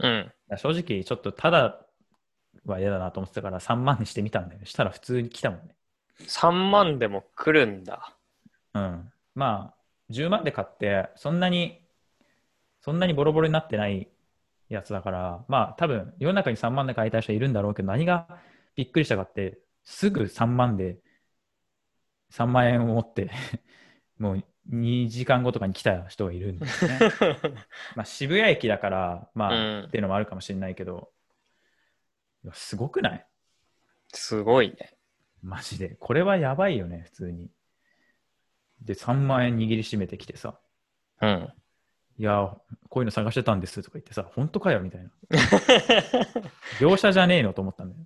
Speaker 1: うん。
Speaker 2: だから正直、ちょっとただは嫌だなと思ってたから3万にしてみたんだよね。したら普通に来たもんね。
Speaker 1: 3万でも来るんだ。
Speaker 2: うん。まあ、10万で買って、そんなに、そんなにボロボロになってないやつだから、まあ多分、世の中に3万で買いたい人いるんだろうけど、何がびっくりしたかって、すぐ3万で、3万円を持って、 <laughs> もう2時間後とかに来た人がいるんですね。
Speaker 1: <laughs>
Speaker 2: まあ渋谷駅だから、まあ、
Speaker 1: うん
Speaker 2: っていうのもあるかもしれないけど、いやすごくない
Speaker 1: すごいね。
Speaker 2: マジで。これはやばいよね、普通に。で、3万円握りしめてきてさ、
Speaker 1: うん。
Speaker 2: いや、こういうの探してたんですとか言ってさ、本当か
Speaker 1: <laughs>
Speaker 2: よみたいな。業者じゃねえのと思ったんだよ。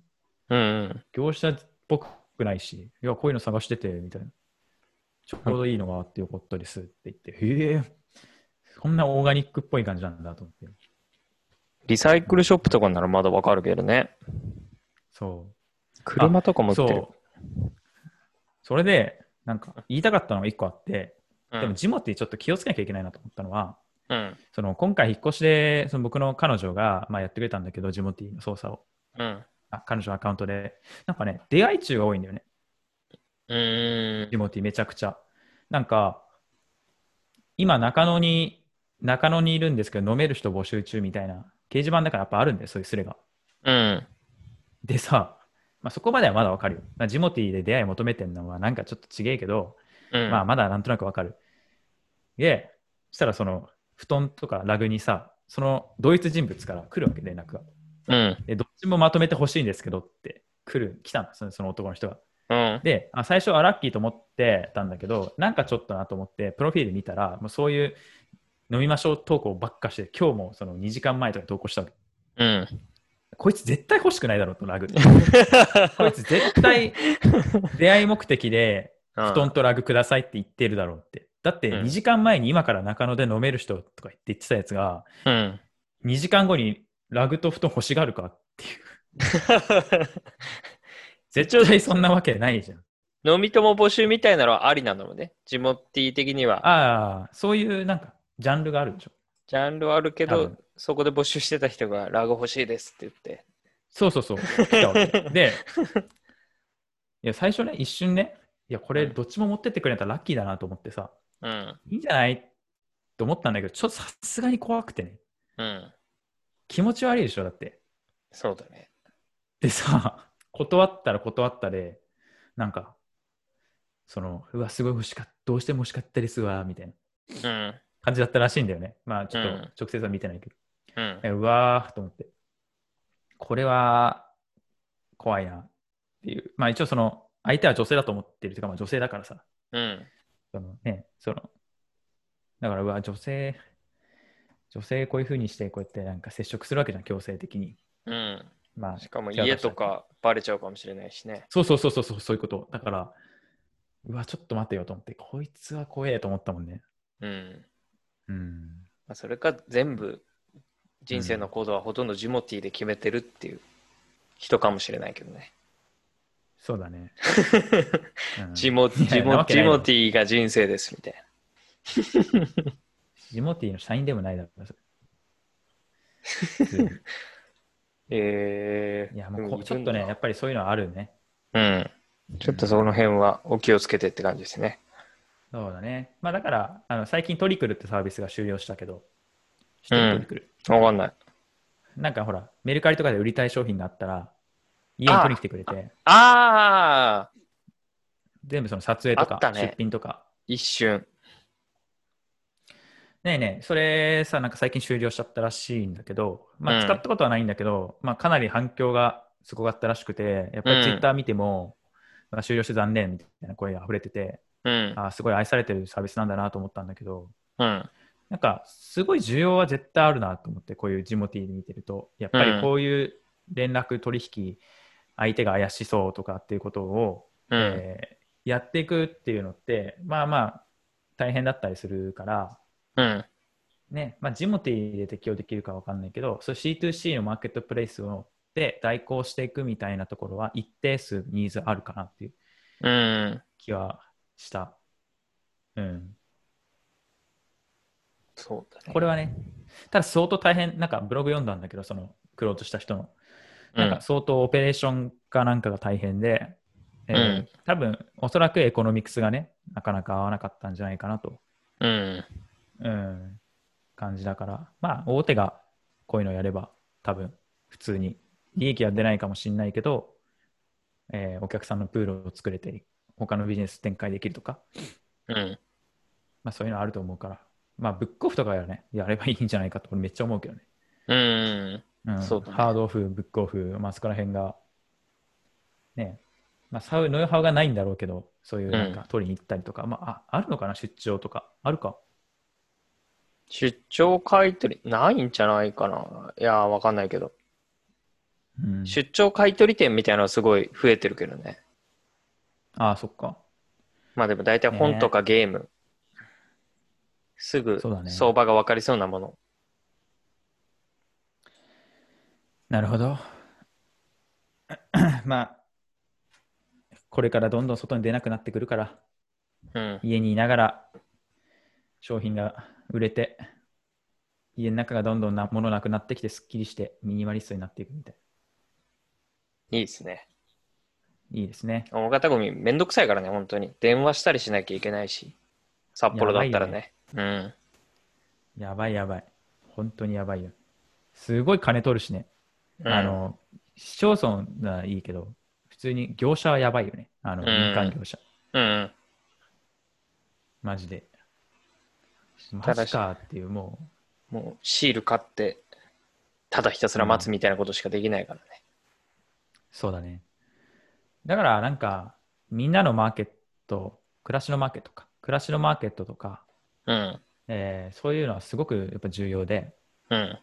Speaker 1: うん。
Speaker 2: 業者っぽくないし、いや、こういうの探してて、みたいな。ちょうどいいのがあってよかったですって言って、へえ、こんなオーガニックっぽい感じなんだと思って。
Speaker 1: リサイクルショップとかならまだわかるけどね。
Speaker 2: そう。
Speaker 1: 車とかも売ってる
Speaker 2: そ。う。それで、なんか言いたかったのが一個あって、
Speaker 1: う
Speaker 2: でも
Speaker 1: ん。
Speaker 2: ジモってちょっと気をつけなきゃいけないなと思ったのは、
Speaker 1: うん。
Speaker 2: その今回引っ越しで、その僕の彼女が、まあ、やってくれたんだけど、ジモティの操作を。
Speaker 1: うん。
Speaker 2: あ彼女のアカウントで。なんかね、出会い中が多いんだよね。
Speaker 1: うーん
Speaker 2: ジモティめちゃくちゃ。なんか、今中野に、中野にいるんですけど、飲める人募集中みたいな、掲示板だからやっぱあるんだよ、そういうスレが。
Speaker 1: うん。
Speaker 2: でさ、まあ、そこまではまだわかるよ。まあジモティで出会い求めてんのはなんかちょっとちげえけど、
Speaker 1: うん。
Speaker 2: まあ、まだなんとなくわかる。で、そしたらその、布団とかラグにさ、その同一人物から来るわけ、連絡が。
Speaker 1: うん。
Speaker 2: で、どっちもまとめてほしいんですけどって、来る、来たんですその男の人が。
Speaker 1: うん。
Speaker 2: で、あ最初はラッキーと思ってたんだけど、なんかちょっとなと思って、プロフィール見たら、もうそういう飲みましょう投稿ばっかして、今日もその2時間前とかに投稿したわけ。
Speaker 1: うん。
Speaker 2: こいつ絶対欲しくないだろうと、
Speaker 1: <laughs>
Speaker 2: ラグ。こいつ絶対出会い目的で布団とラグくださいって言ってるだろうって。だって
Speaker 1: うん
Speaker 2: 2時間前に今から中野で飲める人とか言って言ってたやつが、
Speaker 1: うん。
Speaker 2: 2時間後にラグと布団欲しがるかっていう。絶対そんなわけないじゃん。
Speaker 1: 飲み友募集みたいなのはありなのね。ジモティー的には。
Speaker 2: ああ、そういうなんかジャンルがあるでしょ。
Speaker 1: ジャンルはあるけ
Speaker 2: 多
Speaker 1: ど
Speaker 2: 分、
Speaker 1: そこで募集してた人がラグ欲しいですって言って。
Speaker 2: そうそうそう。来たわけで、いや最初ね、一瞬ね、いやこれどっちも持ってってくれたらラッキーだなと思ってさ、
Speaker 1: うん。
Speaker 2: いいんじゃないと思ったんだけど、ちょっとさすがに怖くてね、
Speaker 1: うん。
Speaker 2: 気持ち悪いでしょ、だって。
Speaker 1: そうだね。
Speaker 2: でさ、断ったら断ったで、なんか、その、うわ、すごい欲しかった、どうしても欲しかったですわ、みたいな
Speaker 1: うん。
Speaker 2: 感じだったらしいんだよね。まあ、ちょっ
Speaker 1: うん
Speaker 2: と直接は見てないけど。
Speaker 1: うん。
Speaker 2: えうわーと思って。これは、怖いな、っていう。まあ、一応その、相手は女性だと思ってるというか、まあ、女性だからさ、
Speaker 1: うん。
Speaker 2: そのね、その、だから、うわ、女性、女性こういう風にして、こうやってなんか接触するわけじゃん、強制的に。
Speaker 1: うん。
Speaker 2: まあ、
Speaker 1: しかも
Speaker 2: 手を出
Speaker 1: 家
Speaker 2: した
Speaker 1: と
Speaker 2: り
Speaker 1: かバレちゃうかもしれないしね。
Speaker 2: そうそうそうそうそう、そういうこと。だから、うわ、ちょっと待てよと思って、こいつは怖えと思ったもんね。
Speaker 1: うん。
Speaker 2: うん。
Speaker 1: まあ、それか全部人生の行動はほとんどジモティーで決めてるっていう人かもしれないけどね。
Speaker 2: そう
Speaker 1: <laughs>
Speaker 2: だね。うん
Speaker 1: ジモ
Speaker 2: いや
Speaker 1: ジ
Speaker 2: な
Speaker 1: モ
Speaker 2: わけ
Speaker 1: ジ
Speaker 2: ないだろ
Speaker 1: モティーが人生ですみたいな。
Speaker 2: ジモティーの社員でもないだろうな。そ
Speaker 1: <laughs>
Speaker 2: れうん
Speaker 1: えー、
Speaker 2: いや、も
Speaker 1: いる
Speaker 2: う
Speaker 1: ん
Speaker 2: こ
Speaker 1: だ
Speaker 2: ちょっとね、やっぱりそういうのはあるね。
Speaker 1: うん。ちょっとその辺はお気をつけてって感じですね。
Speaker 2: そうだね。まあだから、あの最近トリクルってサービスが終了したけど、知ってる
Speaker 1: うん
Speaker 2: トリクル。
Speaker 1: わかんない。
Speaker 2: なんかほら、メルカリとかで売りたい商品があったら、家に取りに来てくれて、
Speaker 1: ああ
Speaker 2: 全部その撮影と
Speaker 1: あっ
Speaker 2: か
Speaker 1: た、ね
Speaker 2: 出品とか。
Speaker 1: 一瞬。
Speaker 2: ねえねえ、それさ、なんか最近終了しちゃったらしいんだけど、ま
Speaker 1: う
Speaker 2: あ、
Speaker 1: ん
Speaker 2: 使ったことはないんだけど、まあ、かなり反響がすごかったらしくて、やっぱりツイッター見ても、なんか終了して残念みたいな声が溢れてて、
Speaker 1: うん。
Speaker 2: あーすごい愛されてるサービスなんだなと思ったんだけど、
Speaker 1: うん。
Speaker 2: なんか、すごい需要は絶対あるなと思って、こういうジモティーで見てると、やっぱりこういう連絡取引、相手が怪しそうとかっていうことを、
Speaker 1: うん。
Speaker 2: えーやっていくっていうのって、まあまあ、大変だったりするから、
Speaker 1: うん。
Speaker 2: ね、まあ、ジモティーで適用できるかわかんないけど、そういう C2C のマーケットプレイスをで代行していくみたいなところは一定数ニーズあるかなっていう
Speaker 1: うん。
Speaker 2: 気はした。うん。
Speaker 1: そうだね。
Speaker 2: これはね、ただ相当大変、なんかブログ読んだんだけど、その、クローとした人の。なんか相当オペレーションかなんかが大変で、えー
Speaker 1: うん
Speaker 2: 多分、おそらくエコノミクスがね、なかなか合わなかったんじゃないかなと、
Speaker 1: うん。うん。
Speaker 2: うん、感じだから、まあ、大手がこういうのやれば、多分、普通に、利益は出ないかもしれないけど、えーお客さんのプールを作れて、他のビジネス展開できるとか、
Speaker 1: うん。
Speaker 2: まあ、そういうのあると思うから、まあ、ブックオフとかや,、ね、やればいいんじゃないかと、俺めっちゃ思うけどね。
Speaker 1: うん。
Speaker 2: うん
Speaker 1: そうだね
Speaker 2: ハードオフ、ブックオフ、まあ、そこら辺が、ね、まあ、そういうノウハウがないんだろうけど、そういうなん
Speaker 1: う
Speaker 2: か取りに行ったりとか、まあ、ああるのかな、出張とか、あるか。
Speaker 1: 出張買い取り、ないんじゃないかな。いやー、わかんないけど。
Speaker 2: うん、
Speaker 1: 出張買い取り店みたいなのはすごい増えてるけどね。
Speaker 2: ああ、そっか。
Speaker 1: まあでも大体本とかゲーム。すぐ
Speaker 2: そうだね
Speaker 1: 相場がわかりそうなもの。
Speaker 2: なるほど。 <clears throat> まあ、これからどんどん外に出なくなってくるから、
Speaker 1: うん。
Speaker 2: 家にいながら商品が売れて、家の中がどんどんな物なくなってきて、すっきりして、ミニマリストになっていくみたい。
Speaker 1: いいですね。
Speaker 2: いいですね。
Speaker 1: 大型ゴミめんどくさいからね、本当に。電話したりしなきゃいけないし。札幌だったらね。うん。
Speaker 2: やばいやばい。本当にやばいよ。すごい金取るしね。
Speaker 1: うん
Speaker 2: あの、市町村ならいいけど、普通に業者はやばいよね。あの、
Speaker 1: うん
Speaker 2: 民間業者。
Speaker 1: うん。
Speaker 2: マジで。マ
Speaker 1: ただ
Speaker 2: ジかっていう、も
Speaker 1: もうシール買って、ただひたすら待つみたいなことしかできないからね。
Speaker 2: う、そうだね。だから、なんか、みんなのマーケット、暮らしのマーケットか、暮らしのマーケットとか、
Speaker 1: うん。
Speaker 2: えーそういうのはすごくやっぱ重要で、
Speaker 1: うん。
Speaker 2: や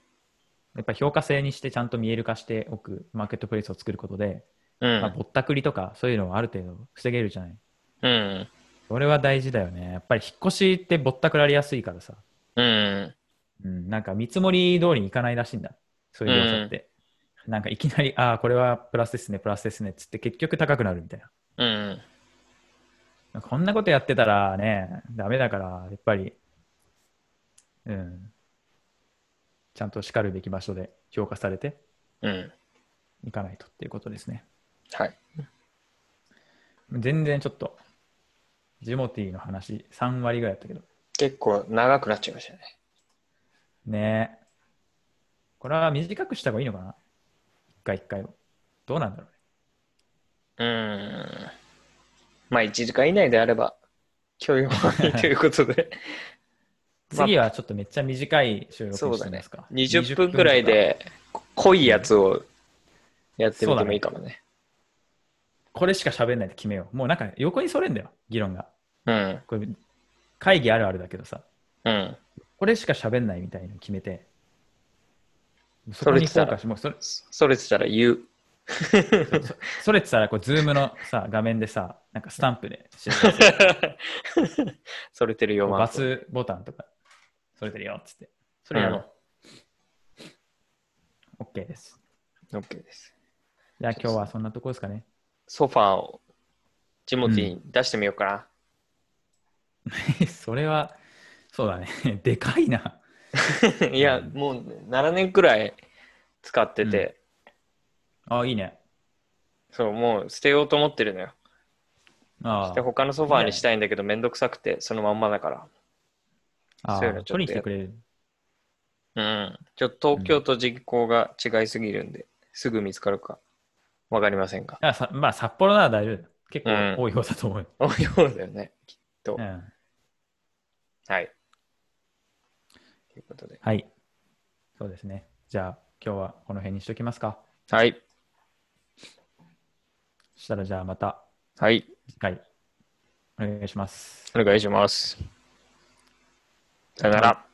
Speaker 2: っぱ評価制にしてちゃんと見える化しておくマーケットプレイスを作ることで、
Speaker 1: う
Speaker 2: まあ、
Speaker 1: ん。
Speaker 2: ぼったくりとかそういうのをある程度防げるじゃない。
Speaker 1: うん。
Speaker 2: それは大事だよね。やっぱり引っ越しってぼったくられやすいからさ。
Speaker 1: うん。
Speaker 2: うん、なんか見積もり通りにいかないらしいんだ。そういう業者って。なんかいきなり、ああ、これはプラスですね、プラスですねっつって結局高くなるみたい
Speaker 1: うん。
Speaker 2: な。こんなことやってたらね、ダメだから、やっぱり、うん。ちゃんと叱るべき場所で評価されて
Speaker 1: うん。
Speaker 2: いかないとっていうことですね。
Speaker 1: はい。
Speaker 2: 全然ちょっと、ジモティーの話3割ぐらいやったけど。
Speaker 1: 結構長くなっちゃいましたね。
Speaker 2: ねえ。これは短くした方がいいのかな一回一回を。どうなんだろう
Speaker 1: う
Speaker 2: ね。
Speaker 1: ーん。まあ、1時間以内であれば、許容範囲ということ
Speaker 2: <laughs>
Speaker 1: で、まあ
Speaker 2: 次はちょっとめっちゃ短い収録
Speaker 1: そ
Speaker 2: に
Speaker 1: う
Speaker 2: し
Speaker 1: だ
Speaker 2: てみま
Speaker 1: ね
Speaker 2: すか。。
Speaker 1: 20分くらい
Speaker 2: 20分とか。
Speaker 1: で、こ濃いやつをやってみてもいいかもね。
Speaker 2: これしか喋んないって決めよう。もうなんか横にそれんだよ、議論が。
Speaker 1: うん。
Speaker 2: これ会議あるあるだけどさ、
Speaker 1: うん。
Speaker 2: これしか喋んないみたいの決めて、そこにフォーカスもうそれ、
Speaker 1: そそれてたら言
Speaker 2: <laughs>
Speaker 1: う。
Speaker 2: それってさ、こう、ズームのさ、画面でさ、なんかスタンプで知ら
Speaker 1: <laughs>
Speaker 2: せる、
Speaker 1: それてるよ、
Speaker 2: こう
Speaker 1: マ
Speaker 2: バ
Speaker 1: ーク
Speaker 2: ツボタンとか、それてるよ、っつって。それやろう。OK です。
Speaker 1: OK です。
Speaker 2: じゃあ今日はそんなとこですかね。
Speaker 1: ソファーをジモティに出してみようかな。
Speaker 2: <laughs> それは、そうだね。 <laughs> でかいな。
Speaker 1: いや、もう7年くらい使ってて、
Speaker 2: あ、いいね。
Speaker 1: そう、もう捨てようと思ってるのよ。
Speaker 2: あ
Speaker 1: で、他のソファーにしたいんだけど、めんどくさくて、そのまんまだから。
Speaker 2: あ
Speaker 1: そういうのちょっと
Speaker 2: 取りに来てくれる。
Speaker 1: うん。ちょっと東京と人口が違いすぎるんで、すぐ見つかるかわかり <laughs> ませんが。
Speaker 2: あさまあ、札幌なら大丈夫だよ。結
Speaker 1: うん
Speaker 2: 構多い方だと思うよ。
Speaker 1: おうだよね。う
Speaker 2: うんん。
Speaker 1: はい。ということで。
Speaker 2: はい。そうですね。じゃあ、今日はこの辺にしときますか。
Speaker 1: はい。
Speaker 2: そしたら、じゃあまた
Speaker 1: はい。
Speaker 2: 次回、お願いします。
Speaker 1: お願いします。さよなら。